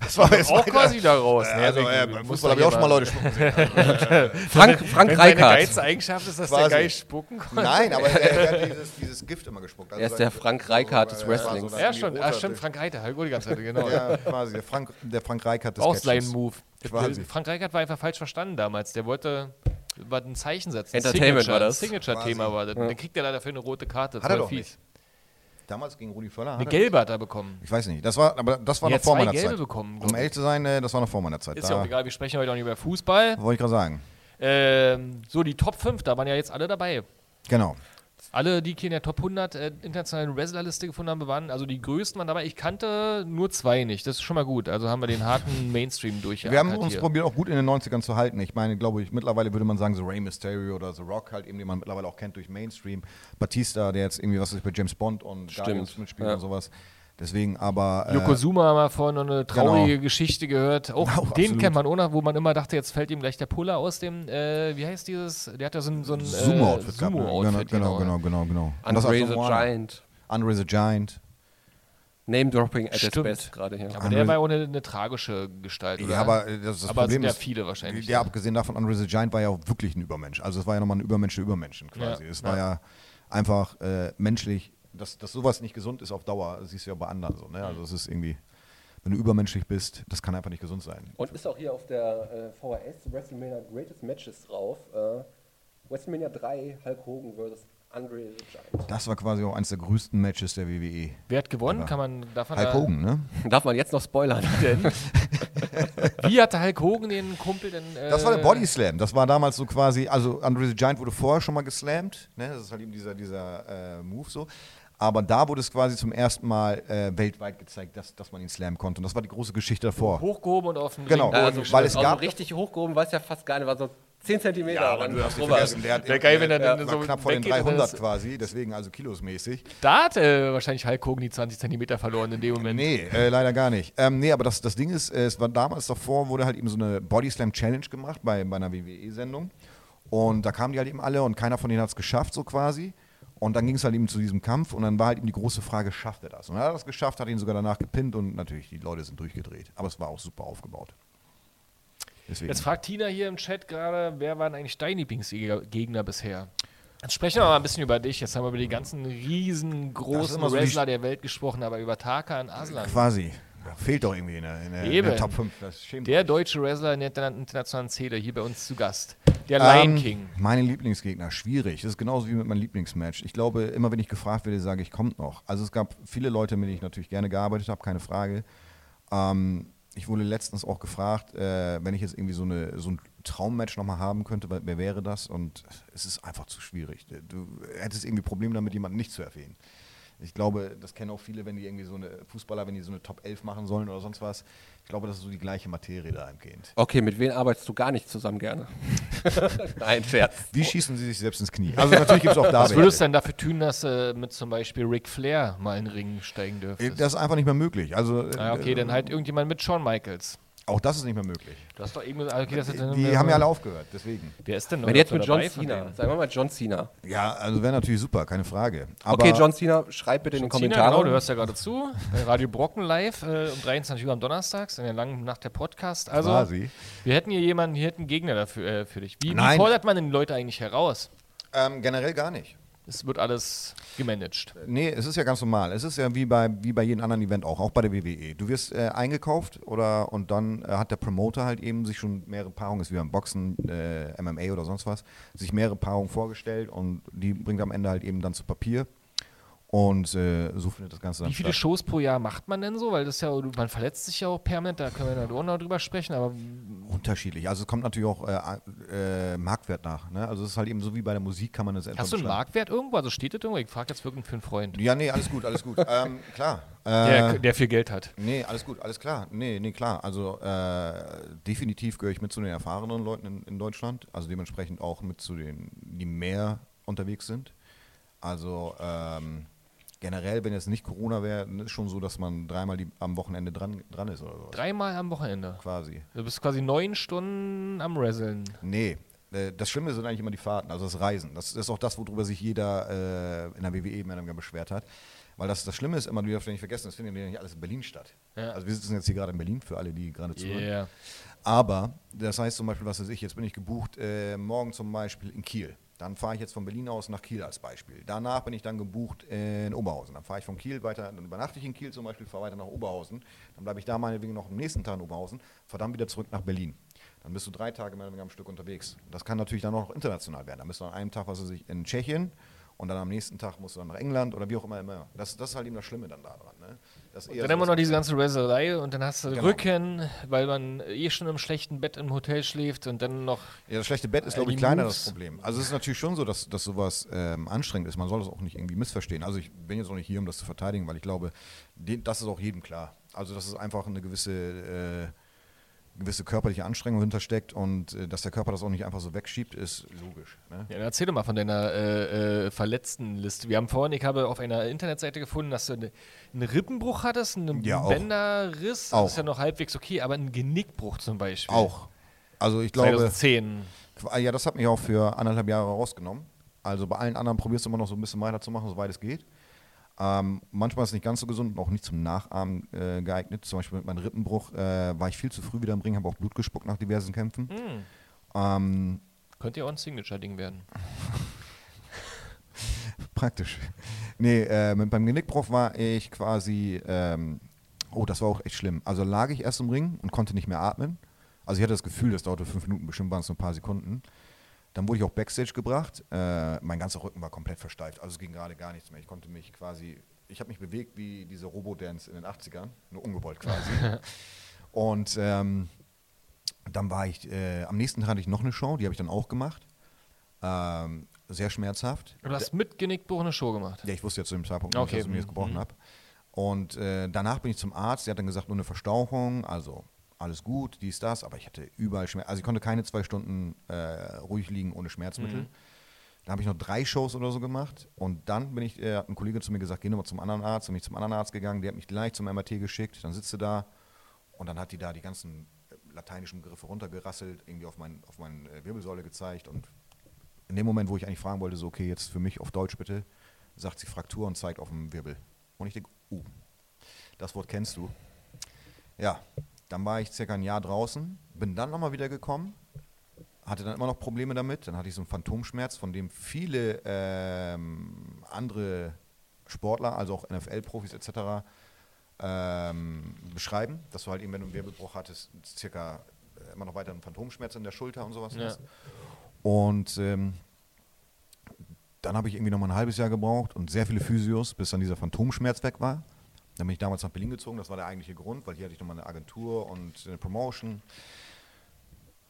B: Das war jetzt
A: Auch
B: weiter-
A: quasi da raus.
B: Ja,
A: ne?
B: also,
A: Wegen-
B: äh,
A: du
B: beim
A: musst
B: Fußball
A: doch
B: habe ich auch schon mal
A: jemand- [laughs]
B: Leute spucken sehen.
E: Frank, Frank
A: Wenn seine
E: Reichardt.
A: geilste Eigenschaft ist, dass der
B: Quasi.
A: geil spucken [laughs]
B: [laughs]
A: kann.
B: Nein, aber er, er hat dieses, dieses Gift immer gespuckt. Also
E: Er ist
B: sein-
E: der Frank Reichardt des
B: das war so
E: Wrestlings.
B: dann
A: Ja,
B: irgendwie
A: schon.
B: roter
A: Ah, stimmt,
B: Bild.
A: Frank Reiter. Hab ich wohl die ganze Zeit, genau.
B: Ja, quasi. Der Frank, der Frank Reichardt des
A: auch sein
B: Catchings.
A: Move. Der-
B: Quasi.
A: Frank Reichert war einfach falsch verstanden damals. Der wollte war ein Zeichen setzen.
E: Entertainment
A: Signature,
E: war das.
A: Signature-Thema
B: Quasi.
A: war das. Dann kriegt er leider dafür eine rote Karte.
B: er
A: voll
B: doch
A: fies.
B: Damals gegen Rudi Völler.
A: Eine
B: hat er-
A: gelbe hat er bekommen.
B: Ich weiß nicht. Das war, aber das war
A: Ja,
B: noch vor
A: zwei
B: meiner
A: gelbe
B: Zeit.
A: bekommen, glaub
B: um ehrlich zu sein, äh, das war noch vor meiner Zeit.
A: Ist ja
B: da
A: auch egal, wir sprechen heute auch nicht über Fußball.
B: Wollte ich gerade sagen.
A: Ähm, so, die Top 5, da waren ja jetzt alle dabei.
B: Genau.
A: Alle, die hier in der Top 100 äh, internationalen Wrestlerliste gefunden haben, waren also die größten waren dabei. Ich kannte nur zwei nicht. Das ist schon mal gut. Also haben wir den harten
B: [laughs]
A: Mainstream durch.
B: Wir haben uns probiert, auch gut in den 90ern zu halten. Ich meine, glaube ich, mittlerweile würde man sagen, so Rey Mysterio oder The Rock, halt eben, den man mittlerweile auch kennt durch Mainstream. Batista, der jetzt irgendwie, was ist bei James Bond und Guardians mitspielt
E: ja.
B: und sowas. Deswegen aber. äh,
A: Yokozuma haben wir vorhin noch eine traurige
B: Genau.
A: Geschichte gehört. Auch
B: Genau,
A: den
B: absolut.
A: kennt man ohne, wo man immer dachte, jetzt fällt ihm gleich der Puller aus dem, äh, wie heißt dieses? Der hat ja so ein, so ein äh,
B: Sumo-Outfit gehabt, ne?
A: Sumo-Outfit,
B: genau, genau, genau, genau, genau. Und das
E: Andre
B: als
E: the
B: Samoaner.
E: Giant.
B: Andre the Giant.
E: Name dropping at its
A: Stimmt.
E: best gerade hier.
A: Aber der war ja auch eine, eine tragische Gestalt, oder?
B: Ja, aber äh, das, das
A: Aber es
B: Problem
A: sind ja
B: ist,
A: viele wahrscheinlich,
B: Ja,
A: ja.
B: abgesehen davon, Andre the Giant war ja auch wirklich ein Übermensch. Also es war ja nochmal ein Übermensch der Übermenschen quasi.
A: Ja,
B: es
A: ja.
B: war ja einfach äh, menschlich, dass, dass sowas nicht gesund ist auf Dauer, siehst du ja bei anderen so. Ne? Also es ist irgendwie, wenn du übermenschlich bist, das kann einfach nicht gesund sein.
E: Und ist auch hier auf der äh, VHS WrestleMania Greatest Matches drauf. Äh, WrestleMania 3, Hulk Hogan versus Andre the Giant.
B: Das war quasi auch eines der größten Matches der WWE.
A: Wer hat gewonnen? Kann man davon
B: Hulk Hogan, ne?
E: Darf man jetzt noch spoilern?
A: [laughs] Denn, ähm, wie hatte Hulk Hogan den Kumpel denn? Äh,
B: Das war der Body Slam. Das war damals so quasi, also Andre the Giant wurde vorher schon mal geslammt. Ne? Das ist halt eben dieser, dieser äh, Move so. Aber da wurde es quasi zum ersten Mal äh, weltweit gezeigt, dass, dass man ihn slammen konnte. Und das war die große Geschichte davor.
A: hochgehoben und auf den
B: Genau.
A: Ringboden
B: Also,
A: gestellt.
B: weil es
E: auch
B: gab-
E: richtig hochgehoben, weiß ja fast gar nicht, war so 10 cm.
B: der hat
A: Wär geil, wenn er
B: der
A: dann
B: war
A: so
B: knapp vor den
A: weggeht und
B: 300
A: das-
B: quasi, deswegen also kilosmäßig.
A: Da hat äh, wahrscheinlich Hulk Hogan die 20 Zentimeter verloren in dem Moment.
B: Nee, äh, leider gar nicht. Ähm, nee, aber das, das Ding ist, äh, es war damals davor, wurde halt eben so eine Body Slam Challenge gemacht bei, bei einer WWE-Sendung. Und da kamen die halt eben alle und keiner von denen hat es geschafft, so quasi. Und dann ging es halt eben zu diesem Kampf und dann war halt eben die große Frage, schafft er das? Und er hat das geschafft, hat ihn sogar danach gepinnt und natürlich, die Leute sind durchgedreht. Aber es war auch super aufgebaut. Deswegen.
A: Jetzt fragt Tina hier im Chat gerade, wer waren eigentlich dein Lieblingsgegner bisher? Jetzt sprechen wir mal ein bisschen über dich. Jetzt haben wir über die ganzen
B: Das ist
A: riesengroßen
B: Ah. immer so die
A: Wrestler
B: Sch-
A: der Welt gesprochen, aber über Tarkan Aslan.
B: Quasi. Da fehlt doch irgendwie in der, in der, in
A: Eben.
B: der Top 5. Das schämt
A: Der
B: mich.
A: deutsche Wrestler in der interna- internationalen Szene hier bei uns zu Gast. Der Lion
B: Ähm,
A: King.
B: Meine Lieblingsgegner, schwierig. Das ist genauso wie mit meinem Lieblingsmatch. Ich glaube, immer wenn ich gefragt werde, sage ich, kommt noch. Also es gab viele Leute, mit denen ich natürlich gerne gearbeitet habe, keine Frage. Ähm, ich wurde letztens auch gefragt, äh, wenn ich jetzt irgendwie so, eine, so ein Traummatch nochmal haben könnte, wer wer wäre das? Und es ist einfach zu schwierig. Du hättest irgendwie Probleme damit, jemanden nicht zu erwähnen. Ich glaube, das kennen auch viele, wenn die irgendwie so eine Fußballer, wenn die so eine Top 11 machen sollen oder sonst was. Ich glaube, das ist so die gleiche Materie dahingehend.
E: Okay, mit wem arbeitest du gar nicht
A: [laughs]
E: zusammen gerne? Nein, Scherz.
B: Wie schießen sie sich selbst ins
A: [laughs]
B: Knie? Also natürlich gibt es auch da
A: Oh. Was würdest du denn dafür tun, dass äh, mit zum Beispiel Ric Flair mal in den Ring steigen dürftest?
B: Das ist einfach nicht mehr möglich. Also äh,
A: ah, okay, dann halt irgendjemand mit Shawn Michaels.
B: auch das ist nicht mehr möglich.
A: Du hast doch eben gesagt, okay, das ist
B: Die haben ja alle aufgehört, deswegen.
A: Wer ist denn noch
E: Wenn jetzt
A: da
E: mit John
A: dabei von
E: Cena,
A: denen?
E: sagen wir mal John Cena.
B: Ja, also wäre natürlich super, keine Frage. Aber
E: Okay, John Cena, schreib bitte in den
A: Cena, genau, du
E: Kommentaren.
A: hörst ja gerade zu. Bei Radio Brocken live äh, um 23 Uhr am Donnerstags in der langen Nacht der Podcast. Also,
B: Quasi.
A: wir hätten hier jemanden, hier hätten einen Gegner dafür äh, für dich. Wie, wie
B: Nein.
A: fordert man denn die Leute eigentlich heraus?
B: ähm, generell gar nicht.
A: Es wird alles gemanagt.
B: Nee, es ist ja ganz normal. Es ist ja wie bei, wie bei jedem anderen Event auch, auch bei der WWE. Du wirst äh, eingekauft oder und dann äh, hat der Promoter halt eben sich schon mehrere Paarungen, ist wie beim Boxen, äh, MMA oder sonst was, sich mehrere Paarungen vorgestellt und die bringt am Ende halt eben dann zu Papier. Und äh, so findet das Ganze dann
A: Wie viele
B: statt.
A: Shows pro Jahr macht man denn so? Weil das ist ja, man verletzt sich ja auch permanent, da können wir dann auch noch drüber sprechen, aber
B: Unterschiedlich. Also es kommt natürlich auch äh, äh, Marktwert nach. Ne? Also es ist halt eben so wie bei der Musik kann man das etwas
A: hast du einen
B: beschreiben.
A: Marktwert irgendwo? Also steht das irgendwo? Ich frage jetzt wirklich für einen Freund,
B: Ja, nee, alles gut, alles gut. [laughs] ähm, klar.
A: der, der viel Geld hat.
B: Nee, alles gut, alles klar. Nee, nee, klar. Also äh, definitiv gehöre ich mit zu den erfahreneren Leuten in, in Deutschland. Also dementsprechend auch mit zu den, die mehr unterwegs sind. Also ähm, generell, wenn jetzt nicht Corona wäre, dann ist schon so, dass man dreimal die, am Wochenende dran, dran ist oder so.
A: Dreimal am Wochenende.
B: Quasi.
A: Du bist quasi neun Stunden am Wrestlen.
B: Nee. äh, Das Schlimme sind eigentlich immer die Fahrten, also das Reisen. Das ist auch das, worüber sich jeder äh, in der WWE mehr oder weniger beschwert hat. Weil das, das Schlimme ist immer, du darfst nicht vergessen, das findet ja nicht alles in Berlin statt.
A: Ja.
B: Also wir sitzen jetzt hier gerade in Berlin, für alle, die gerade zuhören.
A: Yeah.
B: Aber das heißt zum Beispiel, was weiß ich, jetzt bin ich gebucht, äh, morgen zum Beispiel in Kiel. Dann fahre ich jetzt von Berlin aus nach Kiel als Beispiel. Danach bin ich dann gebucht in Oberhausen. Dann fahre ich von Kiel weiter, dann übernachte ich in Kiel zum Beispiel, fahre weiter nach Oberhausen. Dann bleibe ich da meinetwegen noch am nächsten Tag in Oberhausen, fahre dann wieder zurück nach Berlin. Dann bist du drei Tage mehr oder weniger am Stück unterwegs. Das kann natürlich dann auch noch international werden. Dann bist du an einem Tag, was weiß ich, in Tschechien und dann am nächsten Tag musst du dann nach England oder wie auch immer. immer. Das, das ist halt eben das Schlimme dann daran. Ne? Das ist eher
A: Dann
B: so
A: immer
B: das-
A: noch diese ganze Wrestlerei und dann hast du
B: Genau.
A: Rücken, weil man eh schon im schlechten Bett im Hotel schläft und dann noch.
B: Ja, das schlechte Bett ist, glaube
A: Äh, die
B: ich, kleiner
A: Moves.
B: das Problem. Also es ist natürlich schon so, dass, dass sowas ähm, anstrengend ist. Man soll das auch nicht irgendwie missverstehen. Also ich bin jetzt auch nicht hier, um das zu verteidigen, weil ich glaube, den, das ist auch jedem klar. Also dass es einfach eine gewisse, äh, gewisse körperliche Anstrengung hintersteckt und äh, dass der Körper das auch nicht einfach so wegschiebt, ist logisch. Ne?
A: Ja, dann erzähl doch mal von deiner äh, äh, verletzten Liste. Wir haben vorhin, ich habe auf einer Internetseite gefunden, dass du eine, einen Rippenbruch hattest, einen
B: Ja, auch.
A: Bänderriss.
B: Auch.
A: Das ist ja noch halbwegs okay, aber einen Genickbruch zum Beispiel.
B: Auch. Also ich glaube,
A: 2010.
B: Qua- Ah, Ja, das hat mich auch für anderthalb Jahre rausgenommen. Also bei allen anderen probierst du immer noch so ein bisschen weiterzumachen, soweit es geht. Ähm, manchmal ist es nicht ganz so gesund und auch nicht zum Nachahmen äh, geeignet. Zum Beispiel mit meinem Rippenbruch äh, war ich viel zu früh wieder im Ring, habe auch Blut gespuckt nach diversen Kämpfen. Ähm,
A: Könnte ja auch ein Signature-Ding werden.
B: praktisch. Nee, äh, mit, beim Genickbruch war ich quasi, ähm, oh, das war auch echt schlimm. Also lag ich erst im Ring und konnte nicht mehr atmen. Also ich hatte das Gefühl, das dauerte fünf Minuten, bestimmt waren es nur ein paar Sekunden. Dann wurde ich auch Backstage gebracht. Äh, mein ganzer Rücken war komplett versteift. Also es ging gerade gar nichts mehr. Ich konnte mich quasi, ich habe mich bewegt wie diese Robo-Dance in den 80ern. Nur ungewollt quasi.
A: [laughs]
B: und ähm, dann war ich, äh, am nächsten Tag hatte ich noch eine Show, die habe ich dann auch gemacht. Ähm, sehr schmerzhaft.
A: Du hast mit Genickbruch eine Show gemacht.
B: Ja, ich wusste ja zu dem Zeitpunkt
A: Okay. mhm,
B: nicht, dass ich mir das gebrochen habe. Und äh, danach bin ich zum Arzt, der hat dann gesagt, nur eine Verstauchung, also alles gut, dies, das, aber ich hatte überall Schmerzen. Also ich konnte keine zwei Stunden äh, ruhig liegen ohne Schmerzmittel.
A: Mhm.
B: Da habe ich noch drei Shows oder so gemacht und dann bin ich, äh, hat ein Kollege zu mir gesagt, geh nochmal zum anderen Arzt, bin ich zum anderen Arzt gegangen, der hat mich gleich zum MRT geschickt, dann sitzt du da und dann hat die da die ganzen äh, lateinischen Griffe runtergerasselt, irgendwie auf meinen auf mein, äh, Wirbelsäule gezeigt und in dem Moment, wo ich eigentlich fragen wollte, so, okay, jetzt für mich auf Deutsch bitte, sagt sie Fraktur und zeigt auf den Wirbel. Und ich denke, uh, das Wort kennst du. Ja, dann war ich circa ein Jahr draußen, bin dann nochmal wieder gekommen, hatte dann immer noch Probleme damit. Dann hatte ich so einen Phantomschmerz, von dem viele ähm, andere Sportler, also auch NFL-Profis etc., ähm, beschreiben, dass du halt eben, wenn du einen Wirbelbruch hattest, circa äh, immer noch weiter einen Phantomschmerz in der Schulter und sowas
A: Ja.
B: hast. Und ähm, dann habe ich irgendwie nochmal ein halbes Jahr gebraucht und sehr viele Physios, bis dann dieser Phantomschmerz weg war. Dann bin ich damals nach Berlin gezogen, das war der eigentliche Grund, weil hier hatte ich nochmal eine Agentur und eine Promotion.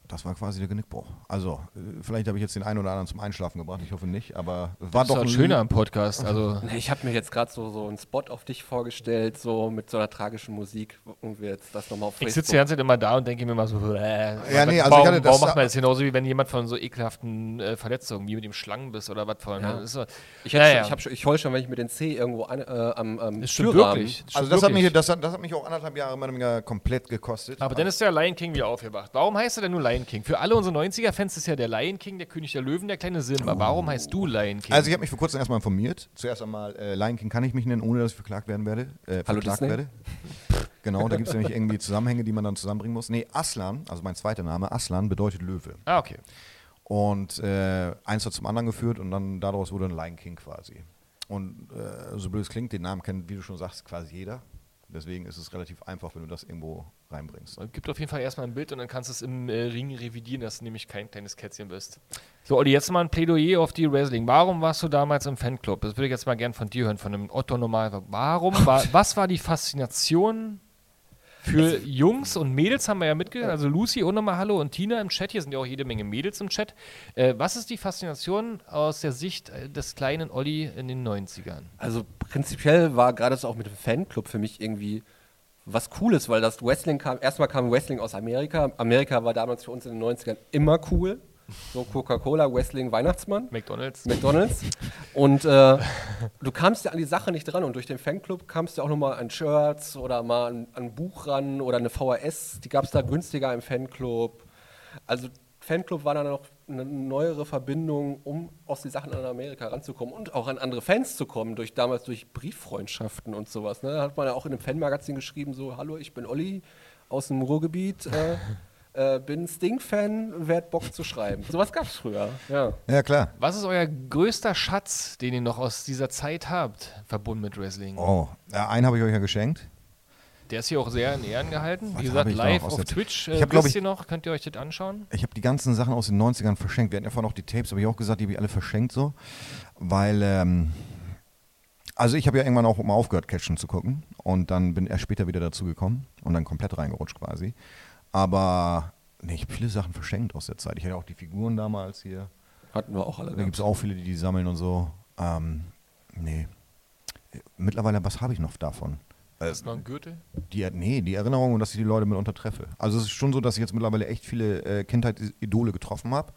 B: Das war quasi der Genickbruch. Also, äh, vielleicht habe ich jetzt den einen oder anderen zum Einschlafen gebracht, ich hoffe nicht, aber es war
A: Das ist
B: doch
A: doch
B: ein-
A: schöner am Podcast.
B: [laughs]
A: Also,
E: Nee, ich habe mir jetzt gerade so, so einen Spot auf dich vorgestellt, so mit so einer tragischen Musik. Gucken wir jetzt das nochmal auf
A: ich sitze die ganze Zeit immer da und denke mir immer so, äh,
B: Ja, nee, also ich
A: warum,
B: hatte das-
A: warum macht man das genauso wie wenn jemand von so ekelhaften äh, Verletzungen, wie mit dem Schlangenbiss oder was von.
E: Ja.
A: Das ist so-
E: Ich,
A: Ja,
E: hätte,
A: ja.
E: ich, hab schon, ich heul schon, wenn ich mit den C irgendwo an, äh, am, am
A: Das stimmt
E: Türrahmen-
A: wirklich.
B: Also, das hat, mich, das, hat, das hat mich auch anderthalb Jahre meiner Meinung nach komplett gekostet.
A: Aber dann ist der Lion King wieder aufgewacht. Warum heißt er denn nur Lion King? Für alle unsere 90er-Fans ist ja der Lion King, der König der Löwen, der kleine Simba. Warum heißt du Lion King?
B: Oh. Also ich habe mich vor kurzem erstmal informiert. Zuerst einmal, äh, Lion King kann ich mich nennen, ohne dass ich verklagt werden werde. Äh,
E: Hallo
B: verklagt
E: Disney.
B: werde. Genau, da gibt es nämlich irgendwie Zusammenhänge, die man dann zusammenbringen muss. Nee, Aslan, also mein zweiter Name, Aslan bedeutet Löwe.
A: ah, okay.
B: Und äh, eins hat zum anderen geführt und dann daraus wurde ein Lion King quasi. Und äh, so blöd es klingt, den Namen kennt, wie du schon sagst, quasi jeder. Deswegen ist es relativ einfach, wenn du das irgendwo reinbringst.
A: Gibt auf jeden Fall erstmal ein Bild und dann kannst du es im äh, Ring revidieren, dass du nämlich kein kleines Kätzchen bist. So, Olli, jetzt mal ein Plädoyer auf die Wrestling. Warum warst du damals im Fanclub? Das würde ich jetzt mal gern von dir hören, von einem Otto Normal. Warum [laughs] war, was war die Faszination für Jungs und Mädels haben wir Also, ja mitgehört? Also Lucy und nochmal Hallo und Tina im Chat. Hier sind ja auch jede Menge Mädels im Chat. Äh, was ist die Faszination aus der Sicht äh, des kleinen Olli in den 90ern?
E: Also prinzipiell war gerade so auch mit dem Fanclub für mich irgendwie was Cooles, weil das Wrestling kam, erstmal kam Wrestling aus Amerika. Amerika war damals für uns in den 90ern immer cool. So Coca-Cola, Wrestling, Weihnachtsmann.
A: McDonalds?
E: McDonalds. Und äh, du kamst ja an die Sache nicht dran und durch den Fanclub kamst du auch nochmal an Shirts oder mal an, an ein Buch ran oder eine VHS, die gab es da günstiger im Fanclub. Also Fanclub war dann noch eine neuere Verbindung, um aus den Sachen an Amerika ranzukommen und auch an andere Fans zu kommen, durch damals durch Brieffreundschaften und sowas. Ne? Da hat man ja auch in einem Fanmagazin geschrieben, so, hallo, ich bin Olli aus dem Ruhrgebiet, äh, äh, bin Sting-Fan, werd Bock zu schreiben. Sowas gab es früher, ja.
B: Ja, klar.
A: Was ist euer größter Schatz, den ihr noch aus dieser Zeit habt, verbunden mit Wrestling?
B: Oh, ja, einen habe ich euch ja geschenkt.
A: Der ist hier auch sehr in Ehren gehalten.
B: Was
A: Wie gesagt,
B: hab ich noch
A: live
B: aus
A: auf
B: der-
A: Twitch.
B: Ich
A: Äh,
B: hab, glaub
A: wisst ihr
B: ich-
A: noch? Könnt ihr euch das anschauen?
B: Ich habe die ganzen Sachen aus den 90ern verschenkt. Wir hatten ja vorhin auch die Tapes, habe ich auch gesagt, die habe ich alle verschenkt so. Weil, ähm, also ich habe ja irgendwann auch mal aufgehört, Catchen zu gucken. Und dann bin erst später wieder dazu gekommen und dann komplett reingerutscht quasi. Aber, nee, ich habe viele Sachen verschenkt aus der Zeit. Ich hatte auch die Figuren damals hier.
E: Hatten wir auch alle.
B: Da gibt es auch viele, die die sammeln und so. Ähm, nee. Mittlerweile, was habe ich noch davon?
A: Das ist noch ein Gürtel.
B: Die, nee, die Erinnerung und dass ich die Leute mitunter treffe. Also es ist schon so, dass ich jetzt mittlerweile echt viele äh, Kindheitsidole getroffen habe.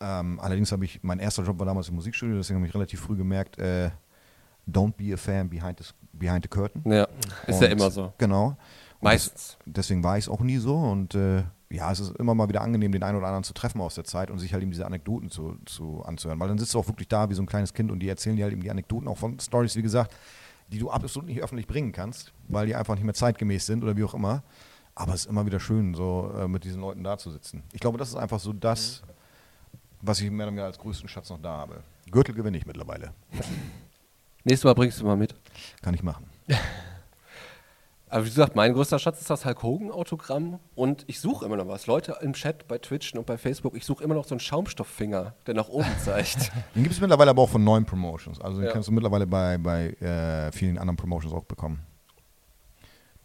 B: Ähm, allerdings habe ich, mein erster Job war damals im Musikstudio, deswegen habe ich relativ früh gemerkt, äh, don't be a fan behind, this, behind the curtain.
E: Ja, ist ja
B: Und-
E: immer so.
B: Genau. Und
E: Meistens.
B: des- deswegen war ich es auch nie so und äh, ja, es ist immer mal wieder angenehm, den einen oder anderen zu treffen aus der Zeit und sich halt eben diese Anekdoten zu, zu anzuhören, weil dann sitzt du auch wirklich da wie so ein kleines Kind und die erzählen dir halt eben die Anekdoten auch von Stories, wie gesagt, die du absolut nicht öffentlich bringen kannst, weil die einfach nicht mehr zeitgemäß sind oder wie auch immer. Aber es ist immer wieder schön, so äh, mit diesen Leuten da zu sitzen. Ich glaube, das ist einfach so das,
E: Mhm.
B: was ich mehr oder weniger als größten Schatz noch da habe. Gürtel gewinne ich mittlerweile.
E: Nächstes Mal bringst du mal mit.
B: Kann ich machen.
E: Aber wie gesagt, mein größter Schatz ist das Hulk Hogan-Autogramm und ich suche immer noch was. Leute im Chat, bei Twitch und bei Facebook, ich suche immer noch so einen Schaumstofffinger, der nach oben zeigt.
B: Den gibt es mittlerweile aber auch von neuen Promotions. Also den
E: Ja.
B: kannst du mittlerweile bei, bei äh, vielen anderen Promotions auch bekommen.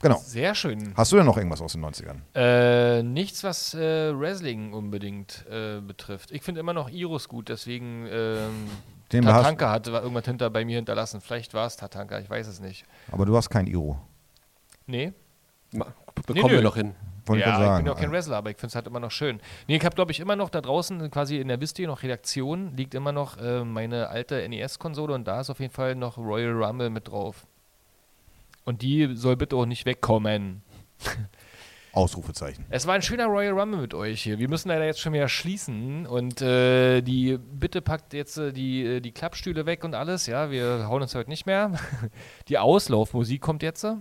B: Genau.
A: Sehr schön.
B: Hast du denn noch irgendwas aus den 90ern?
A: Äh, nichts, was äh, Wrestling unbedingt äh, betrifft. Ich finde immer noch Iros gut, deswegen ähm,
B: Den
A: Tatanka hat wa- irgendwas hinter bei mir hinterlassen. Vielleicht war es Tatanka, ich weiß es nicht.
B: Aber du hast kein Iro.
A: Nee?
E: Ma-
A: Nee,
E: Bekommen
A: nö.
E: wir noch hin.
B: Wollte
A: ja,
B: ich
A: ich
B: gerade
A: bin
B: sagen.
A: auch kein Wrestler, aber ich finde es halt immer noch schön. Nee, ich habe, glaube ich, immer noch da draußen, quasi in der Wistie, noch Redaktion, liegt immer noch äh, meine alte NES-Konsole und da ist auf jeden Fall noch Royal Rumble mit drauf. Und die soll bitte auch nicht wegkommen.
B: Ausrufezeichen.
A: Es war ein schöner Royal Rumble mit euch hier. Wir müssen leider jetzt schon wieder schließen und äh, die bitte packt jetzt äh, die, äh, die Klappstühle weg und alles. Ja, wir hauen uns heute nicht mehr. [laughs] Die Auslaufmusik kommt jetzt. äh.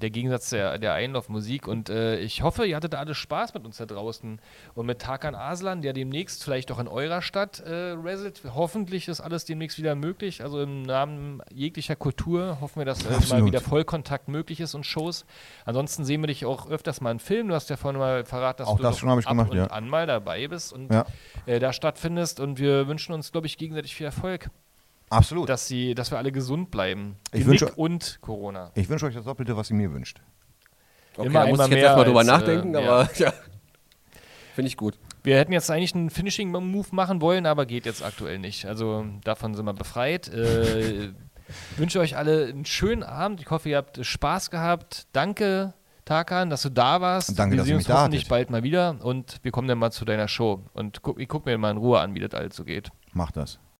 A: Der Gegensatz der, der Einlaufmusik und äh, ich hoffe, ihr hattet alle Spaß mit uns da draußen und mit Tarkan Aslan, der demnächst vielleicht auch in eurer Stadt äh, wrestelt. Hoffentlich ist alles demnächst wieder möglich. Also im Namen jeglicher Kultur hoffen wir, dass äh, mal
B: Absolut.
A: wieder Vollkontakt möglich ist und Shows. Ansonsten sehen wir dich auch öfters mal in Filmen. Du hast ja vorhin mal verraten, dass
B: Auch
A: du
B: das
A: doch
B: schon hab ich
A: ab
B: gemacht,
A: und
B: ja.
A: an mal dabei bist und
B: Ja.
A: äh, da stattfindest. Und wir wünschen uns, glaube ich, gegenseitig viel Erfolg,
B: Absolut.
A: dass, sie, dass wir alle gesund bleiben.
B: Ich
A: Genick
B: wünsche-
A: und Corona.
B: ich wünsche euch das Doppelte, was ihr mir wünscht.
E: Okay,
A: Immer
E: da muss
A: einmal
E: ich jetzt
A: mehr
E: erstmal drüber [laughs]
A: als, äh,
E: nachdenken,
A: mehr.
E: aber ja. Finde ich gut.
A: Wir hätten jetzt eigentlich einen Finishing-Move machen wollen, aber geht jetzt aktuell nicht. Also davon sind wir befreit.
B: [laughs]
A: Äh, wünsche euch alle einen schönen Abend. Ich hoffe, ihr habt Spaß gehabt. Danke, Tarkan, dass du da warst.
B: Danke,
A: wir
B: dass
A: sehen
B: ihr
A: uns
B: mich da
A: hoffentlich
B: hattet.
A: bald mal wieder und wir kommen dann mal zu deiner Show. Und guck, ich guck mir mal in Ruhe an, wie das alles so geht.
B: Mach das.